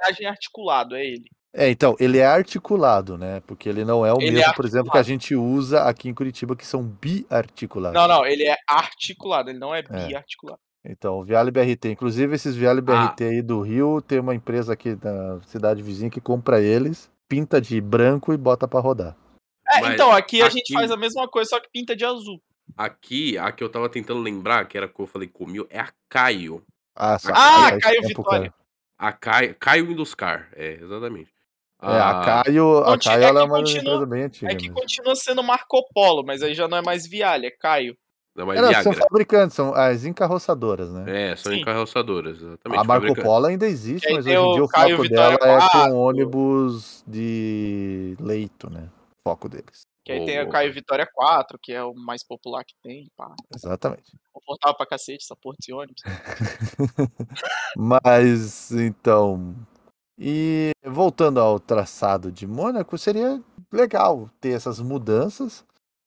S4: Viagem articulado, é ele.
S2: É, então, ele é articulado, né? Porque ele não é o
S4: Ele é
S2: mesmo, por exemplo, que a
S4: articulado.
S2: gente usa aqui em Curitiba, que são biarticulados.
S4: Não, não, ele é articulado, ele não é biarticulado.
S2: Então, o Viale BRT. Inclusive, esses Viale
S4: Ah.
S2: BRT aí do Rio, tem uma empresa aqui da cidade vizinha que compra eles, pinta de branco e bota pra rodar.
S4: É,
S3: Mas
S4: então, aqui a gente
S3: aqui-
S4: faz a mesma coisa, só que pinta de azul.
S3: Aqui, a que eu tava tentando lembrar, que era que eu falei comiu, é a Caio.
S2: Ah, só
S4: Ah,
S2: faz
S4: Caio Vitória.
S2: cara.
S3: A Caio, Caio Induscar, é, exatamente.
S2: É, a Caio, a
S4: Conti-
S2: Caio
S4: é
S2: ela é
S4: que
S2: uma
S4: continua-
S2: empresa bem antiga
S4: É que
S2: mesmo.
S4: continua sendo Marco Polo, mas aí já não é mais Viale, é Caio.
S3: Não, mas
S2: É, não, são
S3: Viagra.
S2: fabricantes, são as encarroçadoras, né?
S3: É, são
S4: Sim.
S3: encarroçadoras, exatamente.
S2: A Marco
S3: Fabrica-
S2: Polo ainda existe,
S4: Aí
S2: mas
S4: tem
S2: hoje em
S4: o
S2: dia o foco
S4: Caio Vitória
S2: dela é com
S4: quatro.
S2: ônibus de leito, né? O foco deles.
S4: Que aí
S3: Boa,
S4: tem a
S3: boa.
S4: Caio Vitória 4, que é o mais popular que tem, pá.
S2: Exatamente.
S4: Confortável pra cacete, essa porra de ônibus.
S2: Mas então. E voltando ao traçado de Mônaco, seria legal ter essas mudanças,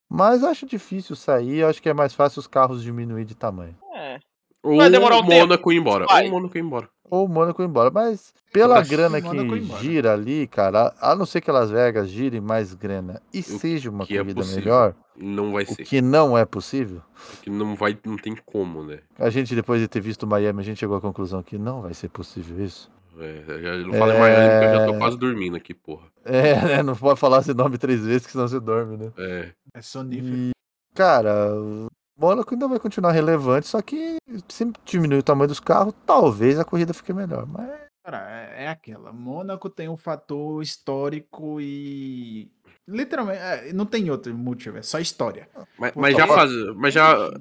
S2: mas acho difícil sair. Acho que é mais fácil os carros diminuir de tamanho.
S4: É.
S3: Ou
S4: Vai demorar um
S3: o Mônaco ir embora.
S4: Vai.
S3: Ou o Mônaco ir embora.
S2: Ou Mônaco ir embora. Mas pela
S5: acho que
S2: grana
S5: Mônaco ir
S2: que
S5: embora.
S2: gira ali, cara, a a não ser que Las Vegas gire mais grana e seja uma
S3: que é
S2: corrida
S3: possível
S2: melhor,
S3: Não vai
S2: o
S3: ser.
S2: que não é possível.
S3: Que não vai, não tem como, né?
S2: A gente, depois de ter visto Miami, a gente chegou à conclusão que não vai ser possível isso.
S3: É, eu já- eu não falei mais nada porque eu já tô quase dormindo aqui, porra.
S2: É, né? Não pode falar esse nome três vezes, que senão você dorme, né?
S3: É.
S5: É sonífero.
S2: Hum. Cara, o Mônaco ainda vai continuar relevante, só que se diminuir o tamanho dos carros, talvez a corrida fique melhor. Mas
S5: Cara, é, é aquela. Mônaco tem um fator histórico e. Literalmente, é, não tem outro motivo, é só história.
S3: Mas,
S5: Puta,
S3: mas já
S5: mas-
S3: faz, mas já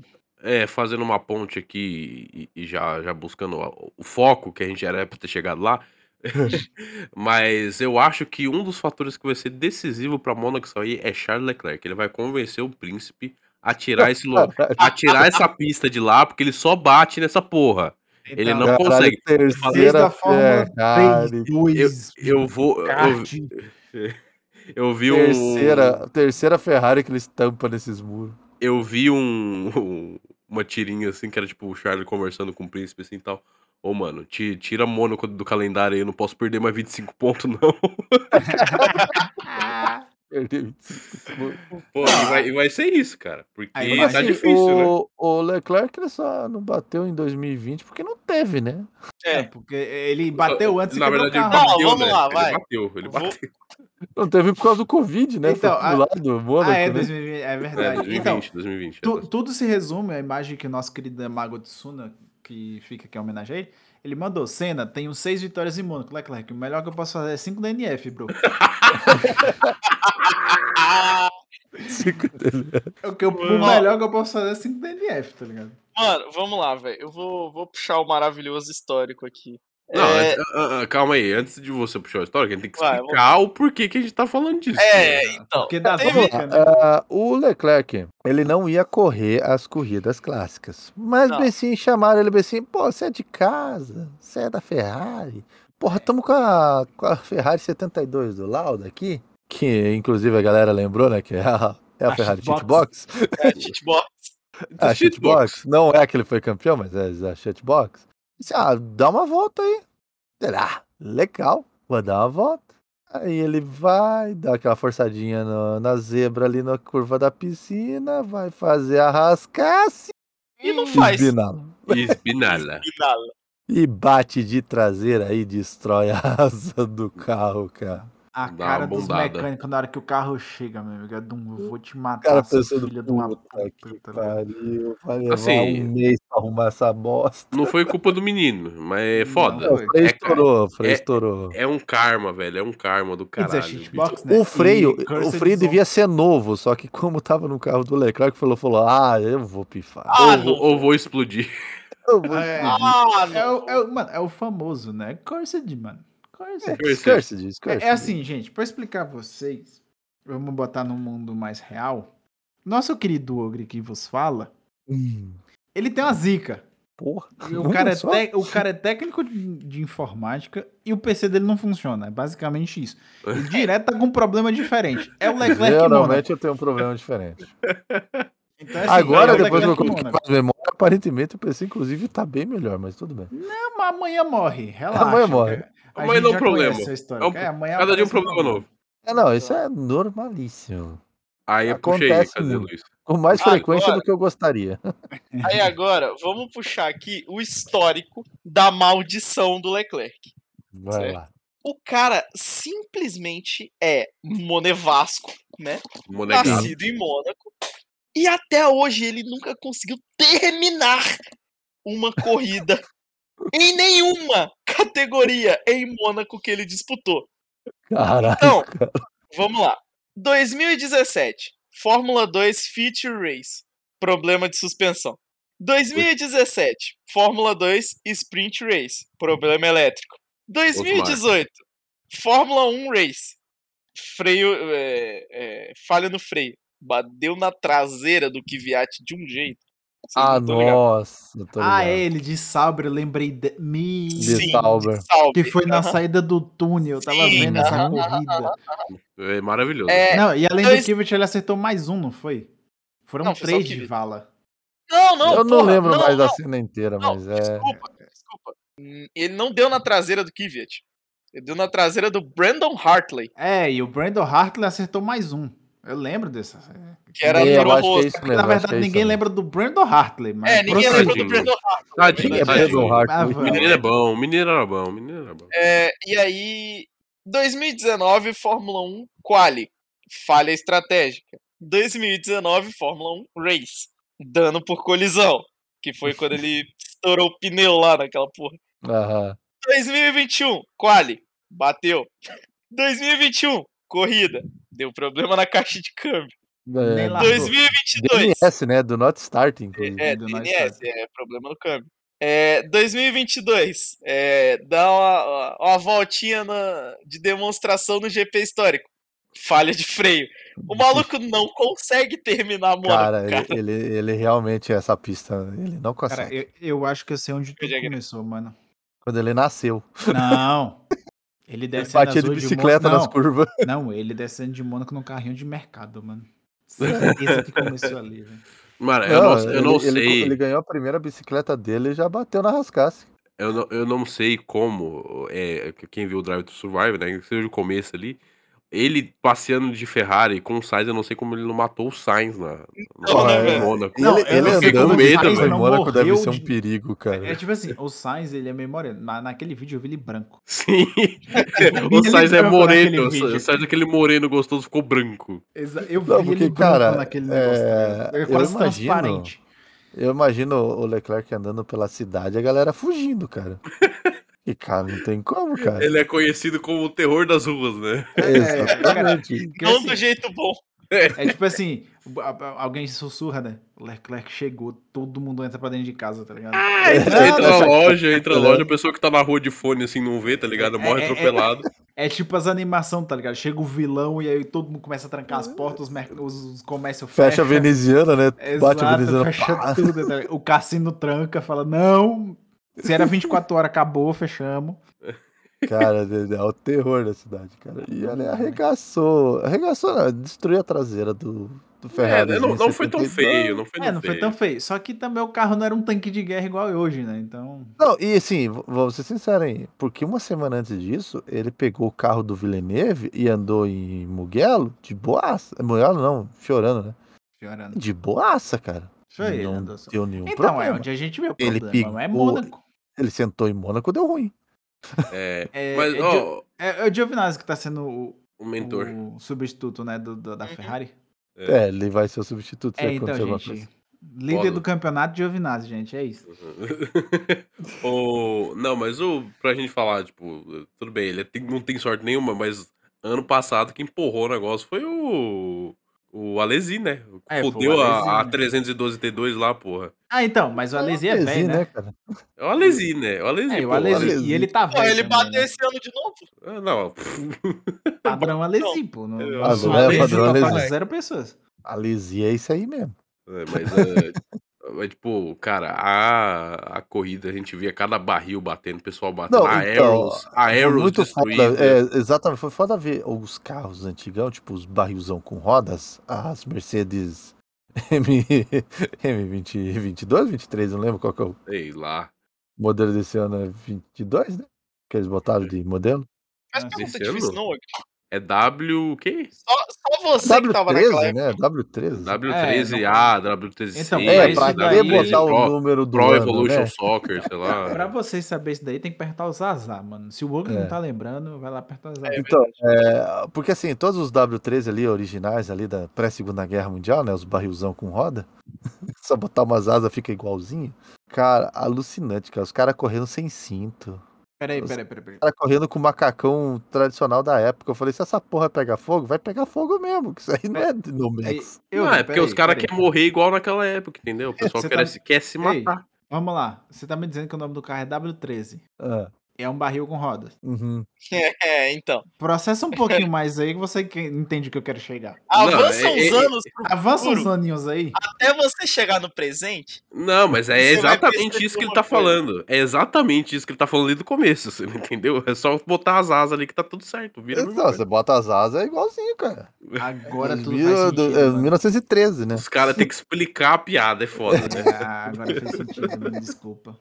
S3: é, fazendo uma ponte aqui e, e já, já buscando a- o foco que a gente era pra ter chegado lá. <laughs> Mas eu acho que um dos fatores que vai ser decisivo pra Mônaco sair é Charles Leclerc. Ele vai convencer o príncipe a tirar esse lo- a tirar essa pista de lá, porque ele só bate nessa porra. Ele
S5: Então,
S3: não
S2: Caralho,
S3: consegue.
S5: Desde
S2: Terceira
S5: a Fórmula
S2: Ferrari.
S5: 3, 2,
S3: Eu vou. Eu,
S5: kart,
S3: eu vi um.
S2: Terceira, terceira Ferrari que ele estampa nesses muros.
S3: Eu vi um, um- uma tirinha assim, que era tipo o Charlie conversando com o príncipe assim e tal. Ô, mano, ti- tira Mônaco do calendário aí, eu não posso perder mais 25 pontos, não.
S5: Ah,
S2: Perdeu 25 pontos.
S3: Pô, e vai, e vai ser isso, cara. Porque
S5: Aí
S3: tá
S2: Mas, assim,
S3: difícil, né?
S2: o, o Leclerc ele só não bateu em 2020 porque não teve, né?
S5: É,
S4: É.
S5: porque ele bateu antes
S3: Na
S5: que
S3: verdade, ele
S5: meu
S4: Não,
S5: carro.
S3: bateu,
S4: vamos
S3: né?
S4: lá, vai.
S3: Ele bateu, ele
S4: Eu vou-
S3: bateu.
S2: Não teve por causa do Covid, né?
S5: Então,
S2: Foi pro lado, Mônaco,
S5: Ah, é,
S2: né?
S5: 2020, é
S3: tá É,
S5: verdade. então,
S3: 2020, 2020.
S5: Tu- tudo se resume à imagem que o nosso querido Mago Tsuna, que fica aqui em homenagem a ele, ele mandou: Senna, tenho seis vitórias em Mônaco. Leclerc, o melhor que eu posso fazer é cinco da NF, bro.
S4: Ah,
S2: Cinco <laughs> dele.
S5: É o, que eu- o
S4: Ó.
S5: melhor que eu posso fazer é cinco da NF, tá ligado?
S4: mano, vamos lá, velho. Eu vou, vou puxar o maravilhoso histórico aqui.
S3: Não,
S4: é,
S3: antes- ah, ah, calma aí. Antes de você puxar a história, a gente tem que
S4: Vai,
S3: explicar o porquê que a gente tá falando disso.
S4: é,
S3: né?
S4: então.
S5: Porque dá
S4: teve-
S5: zica, né?
S2: Tá, Ah, o Leclerc, ele não ia correr as corridas clássicas. Mas
S4: Não.
S2: Bessin chamaram ele, Bessin, pô, você é de casa, você é da Ferrari. Porra, tamo com a, com a Ferrari 72 do Lauda aqui, que inclusive a galera lembrou, né, que é a, é a
S5: A
S2: Ferrari
S5: shitbox.
S2: Shitbox.
S4: É, shitbox.
S2: A
S3: The shitbox.
S2: shitbox. Ah, Não é que ele foi campeão, mas é a shitbox. Disse, ah, dá uma volta aí. Ele, ah, legal, vou dar uma volta. Aí ele vai, dá aquela forçadinha no- na zebra ali na curva da piscina, vai fazer a rascasse
S4: E não faz
S2: esbinala.
S3: Espinala.
S4: nada.
S2: E bate de traseira aí, destrói a asa do carro, cara.
S5: A
S3: Dá
S5: cara
S3: uma
S5: dos
S3: bondada.
S5: mecânicos na hora que o carro chega, meu amigo. É de um, eu vou te
S2: O
S5: matar,
S2: cara
S5: seu
S2: pensando,
S5: filho de uma
S2: puta
S5: puta.
S2: que
S5: tá ligado?
S2: pariu, vai levar
S3: Assim,
S2: um mês pra arrumar essa bosta.
S3: Não foi culpa do menino, mas é
S5: Não,
S3: foda.
S2: O freio
S3: É, cara,
S2: estourou, o freio
S3: é-
S2: estourou.
S3: é um karma, velho. É um karma do
S5: Quer dizer,
S3: caralho. bicho.
S5: shitbox, né?
S2: O freio,
S5: E
S2: o
S5: Cursed
S2: freio
S5: Zone.
S2: devia ser novo, só que como tava no carro do Leclerc, falou, falou, ah, eu vou pifar.
S4: Ah,
S3: Ou,
S4: não.
S3: vou- ou vou explodir.
S2: Eu vou
S5: É.
S2: explodir.
S4: Ah,
S5: É
S4: não.
S5: o, é o- mano, é o famoso, né? Cursed, mano. Cursed.
S2: É,
S3: Cursed.
S2: Cursed,
S5: É-
S2: Cursed.
S5: É, assim, gente, pra explicar vocês, vamos botar num mundo mais real. Nosso querido Ogre que vos fala,
S2: Hum,
S5: ele tem uma zica.
S2: porra.
S5: E O
S2: Olha
S5: cara, é
S2: só.
S5: tec- o cara é técnico de, de informática e o PC dele não funciona. É basicamente isso.
S3: <laughs>
S5: Ele direto tá com um problema diferente. É o Leclerc e Mônaco.
S2: Geralmente eu tenho um problema diferente.
S5: Então, é assim,
S2: Agora,
S5: é o
S2: depois que eu
S5: Leclerc e
S2: coloquei
S5: Mônaco.
S2: mais memória, aparentemente o PC, inclusive, tá bem melhor, mas tudo bem.
S5: Não, mas amanhã morre. Relaxa.
S2: Amanhã morre.
S5: cara. A
S3: Amanhã
S5: gente
S3: não é um
S5: já
S3: problema.
S5: conhece essa história.
S3: É um-
S5: É, amanhã
S3: Cada dia um
S5: aparece
S3: problema novo.
S2: É, não, isso é normalíssimo.
S3: Aí eu puxei aí,
S2: Acontece
S3: cadê
S2: muito.
S3: Luiz?
S2: Com mais
S4: Agora-
S2: frequência do que eu gostaria.
S4: Aí agora, vamos puxar aqui o histórico da maldição do Leclerc.
S2: Vai lá.
S4: O cara simplesmente é monevasco, né?
S3: Monegado.
S4: Nascido em Mônaco. E até hoje ele nunca conseguiu terminar uma corrida em nenhuma categoria em Mônaco que ele disputou.
S2: Caralho.
S4: Então, vamos lá. 2017, Fórmula 2 Feature Race. Problema de suspensão. 2017, Fórmula 2 Sprint Race. Problema elétrico. 2018, Fórmula 1 Race. Freio. é, é, falha no freio. Bateu na traseira do Kvyat de um jeito. Vocês
S2: Ah,
S4: não tão ligados.
S2: nossa. tô
S5: Ah,
S2: ligado.
S5: é, ele de sabre, eu lembrei. De... Me...
S2: De
S4: Sim,
S2: Sauber.
S4: Salve.
S5: Que foi na
S4: Aham.
S5: saída do túnel, eu tava
S4: Sim,
S5: vendo essa
S2: aham,
S5: corrida.
S3: É maravilhoso.
S4: É,
S5: Não, e além
S4: Dois-
S5: do Kivet, ele acertou mais um, não foi? Foram
S4: Não, foi só o
S5: três de
S4: Kivet.
S5: vala.
S4: Não, não.
S2: eu não
S4: porra,
S2: lembro
S4: não,
S2: mais da
S4: não.
S2: cena inteira,
S4: Não,
S2: mas é.
S4: desculpa, desculpa. Hum, Ele não deu na traseira do Kvyat. Ele deu na traseira do Brandon Hartley,
S5: É, e o Brandon Hartley acertou mais um. Eu lembro dessa.
S4: que era
S2: É, eu
S4: Toro
S2: acho que é
S4: Rosso.
S2: isso mesmo.
S5: Na verdade, ninguém lembra do Brandon Hartley, mas.
S4: É, ninguém
S5: prossiga.
S4: lembra do
S3: Tadinho.
S4: Brandon Hartley.
S2: Quem
S3: Tadinho,
S2: é
S3: tadinho.
S2: Brandon
S5: Ah,
S2: Hartley?
S5: vai.
S3: O menino é bom, o menino era bom, o menino era bom.
S4: É, e aí, 2019, Fórmula 1 Quali, falha estratégica. 2019, Fórmula 1 Race, dano por colisão, que foi quando ele estourou o pneu lá naquela porra.
S2: Aham.
S4: 2021, quali, bateu. 2021, corrida, deu problema na caixa de câmbio.
S5: Nem
S2: É,
S5: largou.
S4: 2022,
S2: DNS, né? Do Not Start, inclusive.
S4: é,
S5: do Nice
S4: DNS, é problema no câmbio. É, 2022, é, dá uma, uma voltinha na- de demonstração no GP histórico. falha de freio. O maluco não consegue terminar a moto,
S2: Cara,
S4: cara.
S2: Ele, ele, ele realmente é essa pista. Ele não consegue.
S5: Cara, eu, eu acho que eu sei onde tudo
S4: já-
S2: <laughs>
S5: começou, mano.
S2: Quando ele nasceu,
S5: Não! Ele
S2: ele
S5: descendo
S2: batia de
S5: azul
S2: bicicleta
S5: Mônaco-
S2: nas curvas.
S5: não, não, ele descendo de Mônaco num carrinho de mercado, mano. Certeza que começou ali, velho.
S3: Mano, eu não, eu não
S2: ele- ele-
S3: sei.
S2: Ele, ganhou a primeira bicicleta dele e já bateu na rascasse.
S3: Eu não, eu não sei como. É, que quem viu o Drive to Survive, né? Que seja o começo ali. Ele passeando de Ferrari com o Sainz, eu não sei como ele não matou o Sainz na, na
S4: Não, né,
S3: em
S4: velho?
S3: Mônaco.
S5: Não,
S2: ele
S5: eu
S2: ele
S3: não sei
S2: andando
S3: como
S2: de
S3: ele
S2: Sainz
S3: também
S2: em
S5: não
S2: Mônaco deve
S5: morreu
S2: ser um
S5: de-
S2: perigo,
S5: É
S2: cara.
S5: tipo assim, o Sainz, ele é memória. Na, naquele vídeo eu vi ele branco. <laughs>
S3: Sim. o Sainz é
S5: branco
S3: moreno.
S5: naquele
S3: O Sa-
S5: vídeo.
S3: o Sainz, é aquele moreno gostoso, ficou branco.
S5: eu vi
S2: Não, vi porque,
S5: ele
S2: ele branco cara,
S5: naquele
S2: naquele negócio, é,
S5: negócio.
S2: tá ligado?
S5: é
S2: eu
S5: quase
S2: quase imagino-
S5: transparente.
S2: transparente. Eu imagino o Leclerc andando pela cidade e a galera fugindo, cara. E, cara, não tem como, cara.
S3: Ele é conhecido como o terror das ruas, <laughs> né?
S2: Exatamente.
S4: Não
S5: assim,
S4: do jeito bom.
S5: É tipo assim, a- a- alguém sussurra, né? O Leclerc chegou, todo mundo entra pra dentro de casa, tá ligado?
S3: entra na
S5: Ah,
S2: nessa-
S3: loja, entra na loja, a pessoa que tá na rua de fone assim não vê, tá ligado? Morre
S5: É, é, é.
S3: atropelado.
S5: É tipo as animações, tá ligado? Chega o vilão e aí todo mundo começa a trancar as portas, os, mer- os, os comércios
S2: Fecha a
S5: fecham.
S2: veneziana, né? Bate a
S5: Exato,
S2: veneziana.
S5: fecha
S2: pá.
S5: tudo. tá ligado? O cassino tranca, fala, não, se era 24 horas, acabou, fechamos.
S2: Cara, é o terror da cidade, cara. E ele arregaçou. Arregaçou, não, destruiu a traseira do, do Ferrari.
S3: É, não, não foi tão feio, não foi,
S5: É, não foi tão feio. Só que também o carro não era um tanque de guerra igual é hoje, né? Então,
S2: Não, e assim, v- vamos ser sinceros aí, porque uma semana antes disso, ele pegou o carro do Villeneuve e andou em Mugello de boaça. É, Mugello não, chorando, né?
S5: piorando.
S2: De boaça, cara.
S5: Isso aí,
S2: não
S5: Anderson.
S2: deu nenhum
S5: Então, é
S2: problema.
S5: onde a gente vê o
S2: Ele
S5: problema. não é
S2: pegou-
S5: Mônaco.
S2: Ele sentou em Mônaco, deu ruim.
S3: É,
S5: É,
S3: mas,
S5: é, Gio-
S3: ó,
S5: é- é o Giovinazzi que tá sendo o,
S3: o mentor.
S5: o substituto, né, do, do- da
S4: Uhum.
S5: Ferrari.
S2: É, ele vai ser o substituto se
S5: É, então,
S2: acontecer alguma
S5: gente.
S2: coisa.
S5: Líder
S3: Bola.
S5: do campeonato, Giovinazzi, gente. É isso.
S3: o, não, mas o, pra gente falar, tipo, tudo bem, ele tem- não tem sorte nenhuma, mas ano passado quem empurrou o negócio foi o. O Alesi, né?
S5: É, foi o
S3: Fudeu a, a
S5: Alesi, né?
S3: 312 T2 lá, porra.
S5: Ah, então, mas o Alesi é
S2: Alesi,
S5: velho, né?
S2: cara?
S3: É o Alesi, né? O Alesi,
S5: É, o
S3: pô,
S5: Alesi.
S2: Alesi.
S5: E ele tá
S4: Pô,
S5: velho.
S4: ele
S5: também,
S4: bateu
S5: né?
S4: esse ano de novo.
S3: Ah, Não,
S5: Padrão Alesi, pô. No,
S3: É,
S5: no-
S3: o
S5: no-
S2: Alesi é
S5: no-
S2: padrão
S5: no- no-
S2: Alesi.
S5: Zero pessoas.
S2: Alesi é isso aí mesmo.
S3: É, mas, é, <laughs> mas, tipo, cara, a, a corrida a gente via cada barril batendo, o pessoal batendo.
S2: Não,
S3: Ah, a
S2: então,
S3: Aeros, a
S2: Foi
S3: Aeros
S2: muito
S3: destruída.
S2: foda. É, exatamente, foi foda ver os carros antigão, tipo os barrilzão com rodas, as Mercedes <laughs> M, M20, 22, 23, não lembro qual que é o
S3: Sei lá.
S2: modelo desse ano, é 22, né? Que eles botaram de modelo.
S4: Mas
S5: Ah,
S4: pergunta
S3: esse ano?
S4: difícil, não, Ogro.
S3: É W o quê?
S4: Só, só você que tava naquela
S2: W13,
S4: época.
S2: né?
S4: <laughs>
S2: W13.
S3: W13A, W13C,
S5: Então,
S2: É,
S5: Isso
S2: pra
S5: daí-
S2: que
S3: W13
S2: botar o
S3: Pro,
S2: número do
S3: Pro
S2: ano,
S3: Evolution
S2: né?
S3: Soccer, sei
S5: <laughs> Pra
S3: lá.
S5: vocês saberem isso daí, tem que apertar o Zazá, mano. Se o Ogro
S2: É.
S5: não tá lembrando, vai lá apertar o Zazá.
S2: Então, é, porque assim, todos os W13 ali, originais ali da pré-segunda guerra mundial, né? Os barrilzão com roda. <laughs> Só botar umas asas fica igualzinho. Cara, alucinante, cara. Os caras correndo sem cinto.
S5: Peraí, peraí, peraí. peraí.
S2: Os caras correndo com o macacão tradicional da época. Eu falei, se essa porra pegar fogo, vai pegar fogo mesmo. Que isso aí não é de no
S5: Ei,
S2: Max.
S5: Ogro,
S3: ah, é porque
S5: peraí,
S3: os caras
S5: peraí.
S3: querem morrer igual naquela época, entendeu? O pessoal
S5: Você
S3: quer,
S5: tá-
S3: se, quer se
S5: Ei,
S3: matar.
S5: vamos lá. Você tá me dizendo que o nome do carro é W13.
S2: Ah,
S5: É um barril com rodas.
S2: uhum.
S4: É, então.
S5: Processa
S3: <laughs>
S5: um pouquinho mais aí que você que- entende o que eu quero chegar.
S4: Avança
S3: é-
S4: uns
S3: é-
S4: anos pro
S5: Avança uns
S4: futuro,
S5: aninhos aí.
S4: até você chegar no presente.
S3: Não, mas é
S4: Você vai
S3: exatamente
S4: perceber
S3: isso que ele
S4: uma
S3: tá
S4: coisa.
S3: falando. É exatamente isso que ele tá falando ali do começo, você não entendeu? É só botar as asas ali que tá tudo certo. Vira a mesma
S2: Então,
S3: coisa.
S2: você bota as asas, é igualzinho, cara.
S5: Agora tudo
S2: Mil-
S5: faz
S2: do-
S5: sentido.
S2: é,
S5: mano.
S2: 1913, né?
S3: Os caras têm que explicar a piada, é foda,
S2: <laughs>
S3: né?
S5: Ah, agora fez sentido, mano. Desculpa.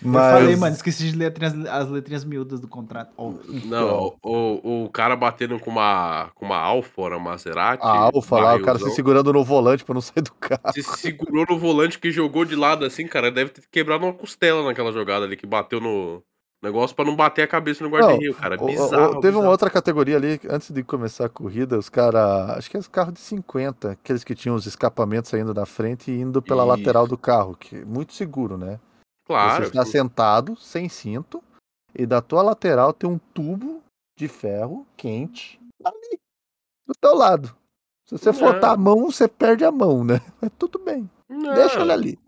S2: Mas-
S5: Eu falei, mano, esqueci de ler as letrinhas- as letrinhas miúdas do contrato. Ó,
S2: Então.
S3: Não, o, o cara batendo com uma, com uma Alfa, uma Maserati.
S2: A Alfa lá, Ah, o cara se
S3: barrilzão,
S2: segurando no volante pra não sair do carro.
S3: se segurou no volante que jogou de lado assim, cara. Deve ter quebrado uma costela naquela jogada ali que bateu no negócio pra não bater a cabeça no guarda-rio, cara.
S2: Ô, ô, ô,
S3: É Bizarro.
S2: teve uma
S3: bizarro.
S2: outra categoria ali, antes de começar a corrida, os caras. Acho que é os carros de 50, aqueles que tinham os escapamentos saindo da frente e indo pela
S3: Isso.
S2: lateral do carro, que é muito seguro, né?
S3: Claro.
S2: Você está sentado, sem cinto, e da tua lateral tem um tubo de ferro quente ali, do teu lado. Se você
S3: Não.
S2: frotar a mão, você perde a mão, né? <laughs> Mas tudo bem,
S3: Não,
S2: deixa ele ali.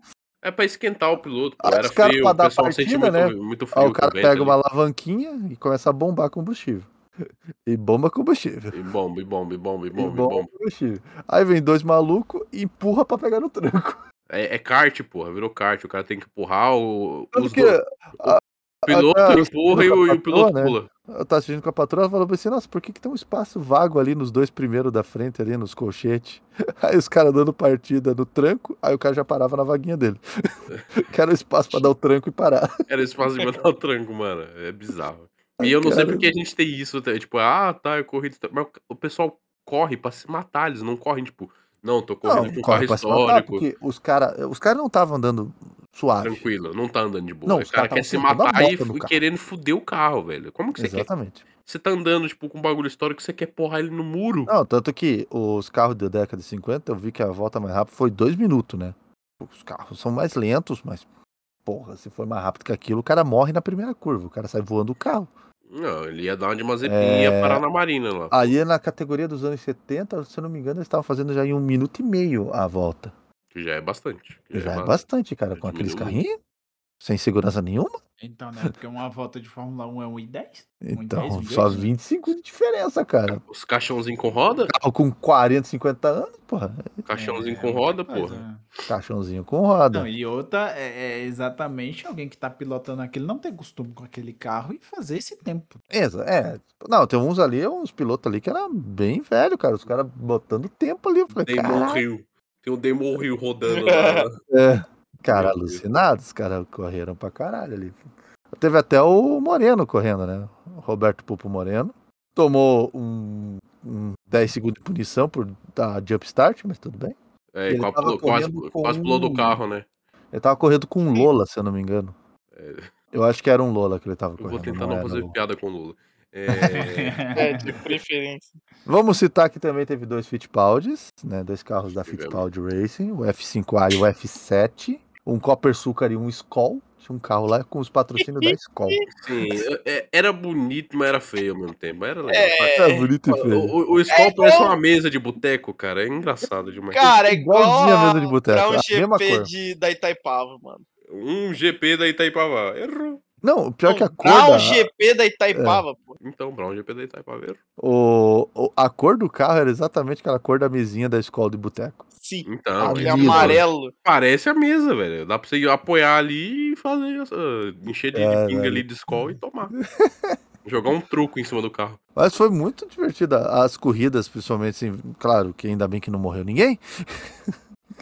S3: É pra esquentar o piloto. Pô.
S2: Ah,
S3: Era
S2: os caras
S3: frio,
S2: pra
S3: o
S2: dar
S3: pessoal sente
S2: partida,
S3: muito,
S2: né?
S3: muito
S2: Aí
S3: frio.
S2: o cara
S3: também, tá
S2: pega uma
S3: ligado?
S2: alavanquinha e começa a bombar combustível. E bomba combustível.
S3: E bomba, e bomba, e bomba,
S2: E
S3: e bomba, e
S2: bomba
S3: bomba.
S2: combustível. Aí vem dois malucos e empurra pra pegar no tranco.
S3: É, é kart, porra, virou kart. O cara tem que empurrar o.
S2: Tanto
S3: os
S2: que
S3: dois- o piloto
S2: a- a-
S3: empurra e o,
S2: <laughs>
S3: e o
S2: a- a-
S3: piloto
S2: né?
S3: pula.
S2: eu tava assistindo com a patroa, ela falou pra assim, nossa, por que, que tem um espaço vago ali nos dois primeiros da frente, ali nos colchetes? <laughs> Aí os caras dando partida no tranco, aí o cara já parava na vaguinha dele. <laughs> que era o espaço pra dar o tranco e parar.
S3: Era esse espaço
S2: <laughs>
S3: de mandar o tranco, mano. É bizarro. E
S2: Ai,
S3: eu não sei
S2: cara.
S3: porque a gente tem isso. tá? Tipo, ah, tá, eu corri. tá, Mas o pessoal corre pra se matar, eles não correm, tipo, não, tô correndo com um carro
S2: corre pra se matar,
S3: histórico.
S2: porque os caras os cara não estavam andando suave.
S3: Tranquilo, não tá andando de boa.
S2: Não,
S3: o
S2: os
S3: cara
S2: caras
S3: quer
S2: tavam
S3: se
S2: sentando a
S3: matar e,
S2: bota no
S3: e
S2: carro.
S3: querendo foder o carro, velho. Como que você quer?
S2: Exatamente.
S3: Você tá andando, tipo, com um bagulho histórico, você quer porrar ele no muro.
S2: Não, tanto que os carros da década de 50, eu vi que a volta mais rápida foi dois minutos, né? Os carros são mais lentos, mas, porra, se for mais rápido que aquilo, o cara morre na primeira curva, o cara sai voando o carro.
S3: Não, ele ia dar uma de mazepinha
S2: É. Ah.
S3: e ia parar na marina lá.
S2: Aí na categoria dos anos 70, se eu não me engano, eles estavam fazendo já em um minuto e meio a volta.
S3: Que já é bastante. que
S2: Já é
S3: ba-
S2: bastante, cara,
S3: já
S2: com aqueles
S3: diminuiu.
S2: carrinhos, sem segurança nenhuma.
S5: Então, né? Porque uma volta de Fórmula 1 é 1,10.
S2: Então,
S5: 10,
S2: só
S5: 10, né?
S2: 20 segundos de diferença, cara.
S3: Os caixãozinhos com roda?
S2: Carro com 40, 50 anos, porra, é
S3: Caixãozinho
S5: É,
S3: com roda,
S5: muita
S3: porra.
S5: coisa, né?
S2: caixãozinho com roda.
S5: Não, e outra é, é exatamente alguém que tá pilotando aquele não tem costume com aquele carro e fazer esse tempo.
S2: Exa, é. Não, tem uns ali, uns pilotos ali que era bem velho, cara. Os caras botando tempo ali. Eu falei,
S3: Demon
S2: cara,
S3: Rio. Tem o Demon
S2: <laughs>
S3: Rio rodando lá. né?
S2: cara
S3: Meu Deus.
S2: alucinados, os caras correram pra caralho ali. Teve até o Moreno correndo, né? O Roberto Pupo Moreno. Tomou um, um 10 segundos de punição por dar jump start, mas tudo bem.
S3: É,
S2: Ele
S3: com a-
S2: tava
S3: quase,
S2: correndo
S3: quase
S2: com
S3: pulou do
S2: um-
S3: carro, né?
S2: Ele tava correndo com um Lola, se eu não me engano.
S3: É.
S2: Eu acho que era um Lola que ele tava
S3: Eu
S2: correndo.
S3: vou tentar
S2: não
S3: não
S2: era
S3: fazer
S2: um-
S3: piada com o Lula.
S2: <laughs>
S3: É,
S5: <laughs>
S4: É, de preferência.
S2: Vamos citar que também teve dois Fittipaldis, né? Dois carros
S4: é
S2: da
S3: Tivemos.
S2: Fittipaldi Racing, o F5A e o F7, um Copper Sucar e um Skoll. Tinha um carro lá com os patrocínios da Skoll.
S3: sim, é- era bonito, mas era feio ao mesmo tempo. mas Era legal.
S4: <laughs> É,
S2: Tá bonito e
S3: O,
S2: feio.
S3: o, o Skol
S4: É
S3: parece
S4: igual-
S3: uma mesa de boteco, cara. É engraçado demais.
S4: cara, é igual
S2: Igualzinho a mesa de
S4: a-
S2: boteco, é
S4: pra
S2: a
S4: um
S2: mesma
S4: GP
S2: cor.
S4: de, da Itaipava, mano.
S3: Um GP da Itaipava. Errou.
S2: Não, o pior que a
S4: Não,
S2: cor
S4: pra um
S2: da,
S4: GP da Itaipava, pô.
S3: Então, Brown, GP da Itaipava. Errou.
S2: Ah, o, o- a cor do carro era exatamente aquela cor da mesinha da Skoll de boteco.
S4: Sim,
S3: Então,
S4: de
S2: Camisa.
S4: amarelo.
S3: parece a mesa, velho. Dá pra você apoiar ali e fazer. essa- encher de, de
S2: É,
S3: pinga
S2: velho.
S3: ali de Skol e tomar.
S2: <laughs>
S3: Jogar um truco em cima do carro.
S2: Mas foi muito divertida as corridas, principalmente, assim, claro, que ainda bem que não morreu ninguém.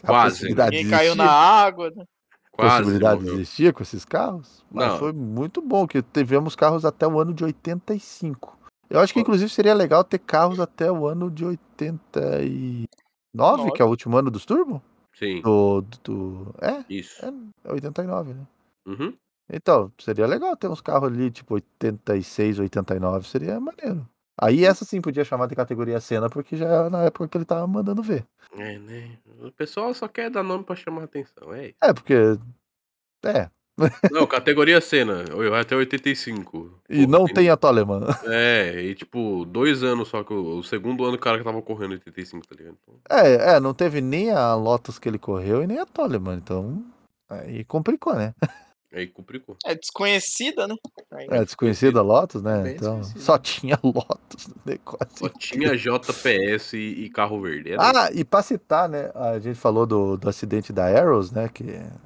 S2: A
S3: Quase.
S2: possibilidade
S4: Ninguém caiu na
S2: existia.
S4: água, né?
S3: Quase.
S2: possibilidade
S3: morreu.
S2: existia com esses carros, mas
S3: Não.
S2: foi muito bom que tivemos carros até o ano de 85. Eu acho que inclusive seria legal ter carros até o ano de 89,
S4: Nove.
S2: que é o último ano dos turbo?
S3: Sim,
S2: Do, do- é,
S3: isso.
S2: é 89, né?
S3: Uhum.
S2: Então, seria legal ter uns carros ali tipo 86, 89, seria maneiro. Aí essa sim podia chamar de categoria cena, porque já era na época que ele tava mandando ver.
S3: É, né? O pessoal só quer dar nome pra chamar atenção. É isso.
S2: É, porque é,
S3: Não, categoria cena. eu- Até 85.
S2: e
S3: Pô,
S2: não tem a Toleman.
S3: É, e tipo, dois anos só que o, o segundo ano o cara que tava correndo em 85, tá ligado? Então,
S2: É, é, não teve nem a Lotus que ele correu e nem a Toleman, então aí complicou,
S5: <laughs>
S2: né?
S3: aí complicou.
S4: É desconhecida, né? Aí,
S2: É desconhecida a Lotus, né?
S5: Bem
S2: então
S5: desconhecida.
S2: só tinha <laughs> Lotus né, no negócio.
S3: Só tinha JPS e, e carro verde. Era
S2: Ah, e pra citar, né? A gente falou do, do acidente da Arrows, né? Que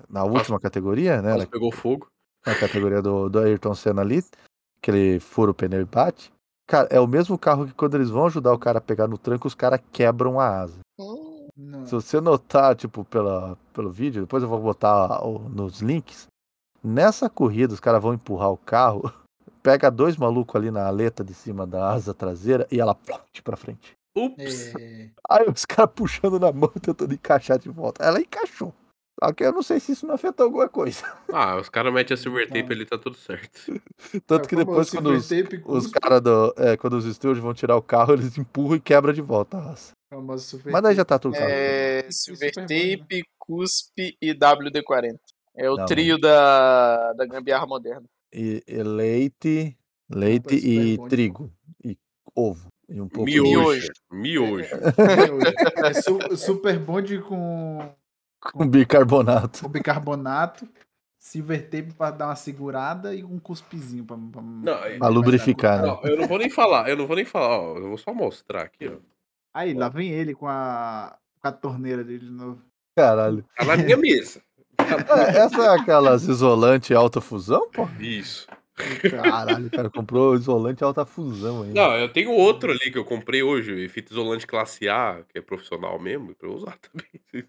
S2: na última categoria, né?
S3: isso.
S2: Na,
S3: pegou fogo.
S2: na categoria do, do Ayrton Senna ali, que ele fura o pneu e bate. Cara, é o mesmo carro que quando eles vão ajudar o cara a pegar no tranco, os caras quebram a asa.
S4: hum,
S5: Não.
S2: Se você notar, tipo, pela, pelo vídeo, depois eu vou botar o- nos links. Nessa corrida, os caras vão empurrar o carro, <laughs> pega dois malucos ali na aleta de cima da asa traseira e ela <laughs> plot pra frente.
S3: Ups!
S5: É,
S2: Aí os caras puxando na mão, <laughs> tentando encaixar de volta. Ela encaixou. Só que eu não sei se isso não afetou alguma coisa. <laughs>
S3: Ah, os caras metem a silver tape
S5: Então.
S3: ali, tá tudo certo.
S2: Um Tanto que
S5: É, como
S2: depois,
S5: se
S2: quando os,
S5: tape
S2: os
S5: cuspa,
S2: caras do. é, quando os estúdios vão tirar o carro, eles empurram e quebra de volta a asa.
S5: famoso super
S2: Mas daí já tá tudo é...
S4: É,
S5: Isso é
S4: Silver
S5: super bom,
S4: Tape, Cuspe e WD-40. É o
S2: Não,
S4: trio da, da gambiarra moderna.
S2: e, e leite, leite
S5: Super
S2: e
S5: Bond.
S2: trigo e ovo e um pouco de
S3: Miojo. Miojo.
S5: tape. É su- super bonde com,
S2: com <laughs> bicarbonato.
S5: com bicarbonato. se verter pra dar uma segurada e um cuspizinho pra, pra,
S3: Não, é-
S2: Pra lubrificar, né?
S3: Ó, eu não vou nem falar, eu não vou nem falar, ó, eu vou só mostrar aqui, ó.
S5: Aí, lá vem ele com a, com a torneira dele de novo.
S2: Caralho.
S3: Tá na minha mesa.
S2: É, Essa é aquelas isolante alta fusão, pô?
S3: Isso.
S2: Caralho, o cara comprou isolante alta fusão ainda.
S3: Não, eu tenho outro ali que eu comprei hoje, fita isolante classe A, que é profissional mesmo, pra eu usar <laughs> também.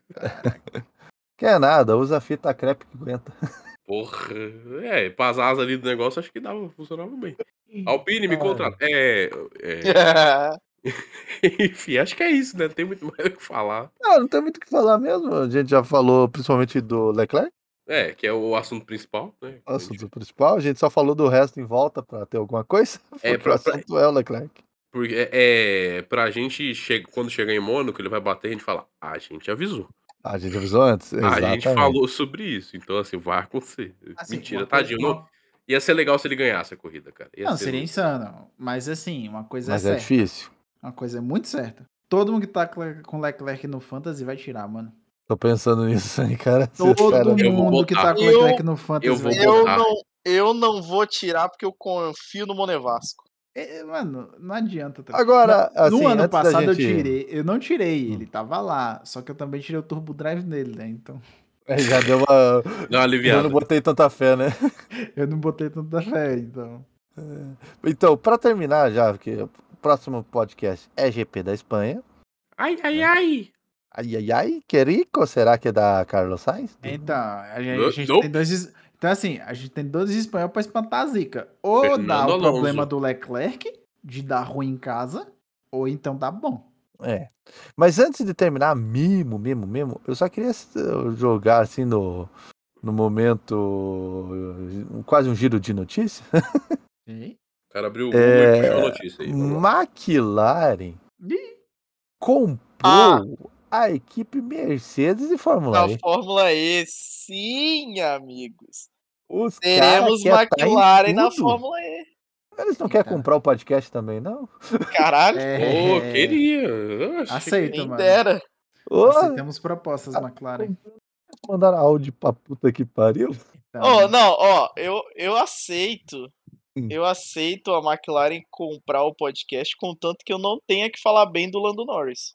S2: Quer nada, usa fita crepe que aguenta.
S3: Porra. É, pras asas ali do negócio, acho que dava, funcionava bem. Alpine, me
S2: Ah.
S3: contrata. É. é, <laughs> Enfim, acho que é isso, né? Não tem muito mais o que falar.
S2: Ah, não tem muito o que falar mesmo. A gente já falou principalmente do Leclerc,
S3: É, que é o assunto principal, né?
S2: É o assunto principal. A gente só falou do resto em volta pra ter alguma coisa. <laughs>
S3: É,
S2: Porque
S3: pra-
S2: o assunto é o Leclerc.
S3: Porque é, é, pra gente, chega, quando chegar em Mônaco, ele vai bater e a gente fala, a gente avisou.
S2: Ah, A gente avisou antes?
S3: Ah, A gente falou sobre isso. Então, assim, vai acontecer.
S5: Assim,
S3: Mentira,
S5: uma coisa-
S3: tadinho. Não, ia ser legal se ele ganhasse a corrida, cara. Ia
S5: Não,
S3: ser
S5: seria
S3: do-
S5: insano. Mas assim, uma coisa
S2: Mas
S5: é,
S2: é
S5: certa.
S2: difícil.
S5: Uma coisa é muito certa. Todo mundo que tá cle- com Leclerc no Fantasy vai tirar, mano.
S2: Tô pensando nisso aí, cara. Se o
S5: Todo
S2: cara-
S3: Eu vou
S5: mundo que
S3: botar.
S5: tá com Leclerc
S4: Eu-
S5: no Fantasy
S3: eu vou
S5: vai
S4: Eu
S3: botar.
S4: não, <laughs> eu não vou tirar porque eu confio no Monevasco.
S5: É, Mano, não adianta. tá?
S2: Agora,
S5: No-
S2: assim,
S5: no
S2: antes
S5: ano
S2: da
S5: passado eu
S2: gente- Hum.
S5: tirei. Eu não tirei, ele tava lá. Só que eu também tirei o Turbo Drive nele, né? Então <laughs>
S2: É, <laughs> Já deu uma.
S3: Dá uma
S2: Eu
S3: aliviada.
S2: não botei tanta fé, né?
S5: eu não botei tanta fé.
S4: Uhum.
S5: Então.
S2: Então, pra terminar já, porque o próximo podcast é GP da Espanha.
S3: Ai, ai,
S2: É.
S3: ai.
S2: Ai, ai, ai, que rico. Será que é da Carlos Sainz?
S4: É.
S5: Então, a gente, a
S3: Eu-
S5: gente
S3: nope.
S5: tem dois. es- Então, assim, a gente tem dois espanhóis pra espantar a zica. Ou
S3: Fernando
S5: dá o
S3: Alonso.
S5: problema do Leclerc de dar ruim em casa, ou então dá bom.
S2: É. Mas antes de terminar, mimo, mimo, mimo, eu só queria eh, jogar assim no, no momento. eh, Quase um giro de notícia.
S5: Ih,
S3: O cara abriu o Google
S2: É,
S3: e puxou a notícia aí. vamos lá.
S2: McLaren
S5: Ih.
S2: comprou
S4: Ah.
S2: a equipe Mercedes e Fórmula
S4: Na
S2: E.
S4: Fórmula E, sim, amigos.
S2: Os cara
S4: Teremos
S2: quer tá em
S4: McLaren na
S2: tudo.
S4: Fórmula E.
S2: Eles não querem
S5: Eita.
S2: comprar o podcast também, não?
S4: Caralho,
S5: É,
S3: Ô, queria. Eu achei-
S5: Aceito,
S4: quem
S5: mano.
S4: dera.
S2: Ô,
S5: Aceitamos
S2: Ah,
S5: propostas, McLaren.
S2: um mandaram áudio pra puta que pariu.
S5: Então,
S4: Ó, não, ó, eu, eu aceito.
S2: Hum.
S4: Eu aceito a McLaren comprar o podcast, contanto que eu não tenha que falar bem do Lando Norris.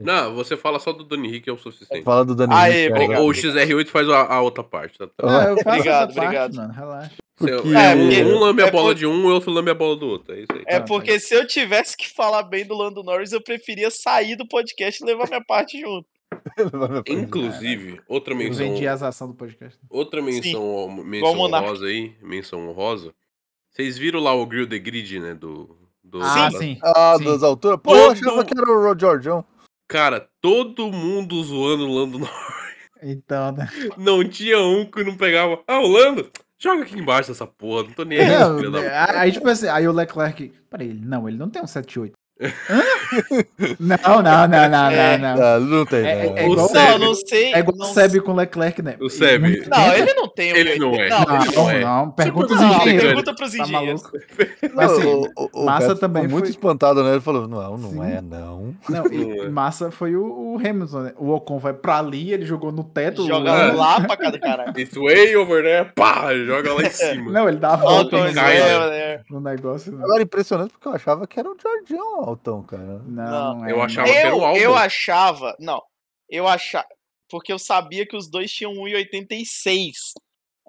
S3: Não, você fala só do Dani Rick, é o suficiente.
S2: Fala do Daniel.
S4: Aê,
S2: cara.
S4: obrigado.
S3: Ou
S2: <laughs>
S3: o XR8 faz a, a outra parte. Tá?
S2: Ó,
S5: Ah, eu faço
S4: Obrigado,
S5: essa parte,
S4: obrigado.
S5: mano. Relaxa.
S3: Você-
S2: porque-
S3: é,
S4: porque-
S3: um lambe
S4: é
S3: a bola
S4: por-
S3: de um, o outro lambe a bola do outro. É isso aí.
S4: É
S5: Tá,
S4: porque se eu tivesse que falar bem do Lando Norris, eu preferia sair do podcast e levar minha parte junto.
S2: é, né?
S3: Inclusive, outra
S5: Eu
S3: menção.
S5: vendi as ações do podcast.
S3: Outra menção, hon- menção
S4: Igual o Monark.
S3: honrosa aí, menção honrosa. Vocês viram lá o Grill the Grid, né? Do. do
S5: Ah,
S3: da-
S5: sim.
S2: Ah,
S5: Sim.
S2: das alturas? Pô, eu
S3: Todo-
S2: achava que era o Rod Jordan.
S3: Cara, todo mundo zoando o Lando Norris. <laughs>
S5: Então, né?
S3: Não tinha um que não pegava. Ah, o Lando, joga aqui embaixo dessa porra, não tô nem aí.
S5: Não,
S3: filha da-
S5: né, aí, tipo assim, aí o Leclerc. Peraí, ele- não, ele não tem um
S3: <laughs>
S5: 7,8. Hã? não, não, não, não,
S4: É.
S5: não, não.
S2: Ah, não tem,
S5: É-
S2: né?
S5: é
S3: O
S5: igual-
S3: Seb-
S4: Não, não sei.
S5: É igual
S4: não
S5: o Seb com o Leclerc, né?
S3: O Seb.
S5: Ele não
S4: Não,
S5: tem-
S4: ele não tem. o
S3: Ele não
S4: Leclerc.
S3: é.
S4: Não, ele
S5: Não,
S3: não é.
S5: não, pergunta os
S4: não,
S3: Não,
S5: engenheiros.
S4: pergunta pros
S5: Tá
S4: engenheiros.
S5: maluco?
S2: Não,
S5: assim,
S2: o
S5: Massa
S2: Vettel ficou
S5: também
S2: muito
S5: foi-
S2: espantado, né? Ele falou, não, não
S5: Sim.
S2: é, não.
S5: Não, e
S3: Não é.
S5: massa foi o, o Hamilton, né? O Ocon vai pra ali, ele jogou no teto. né?
S4: Joga
S5: o-
S4: lá pra cada caralho.
S3: It's way over there, pá, joga lá em cima.
S5: Não, ele dá a volta
S4: Faltam
S3: Falcon
S5: no,
S4: os
S3: cai, né?
S4: erros, né?
S5: no negócio. Não,
S2: Agora, impressionante, porque eu achava que era o Jordan Altão, cara.
S5: não,
S4: Não,
S5: é,
S3: eu
S5: não.
S3: achava- que era o
S4: Eu,
S3: Albon.
S4: eu achava. Não, eu achava. Porque eu sabia que os dois tinham 1,86.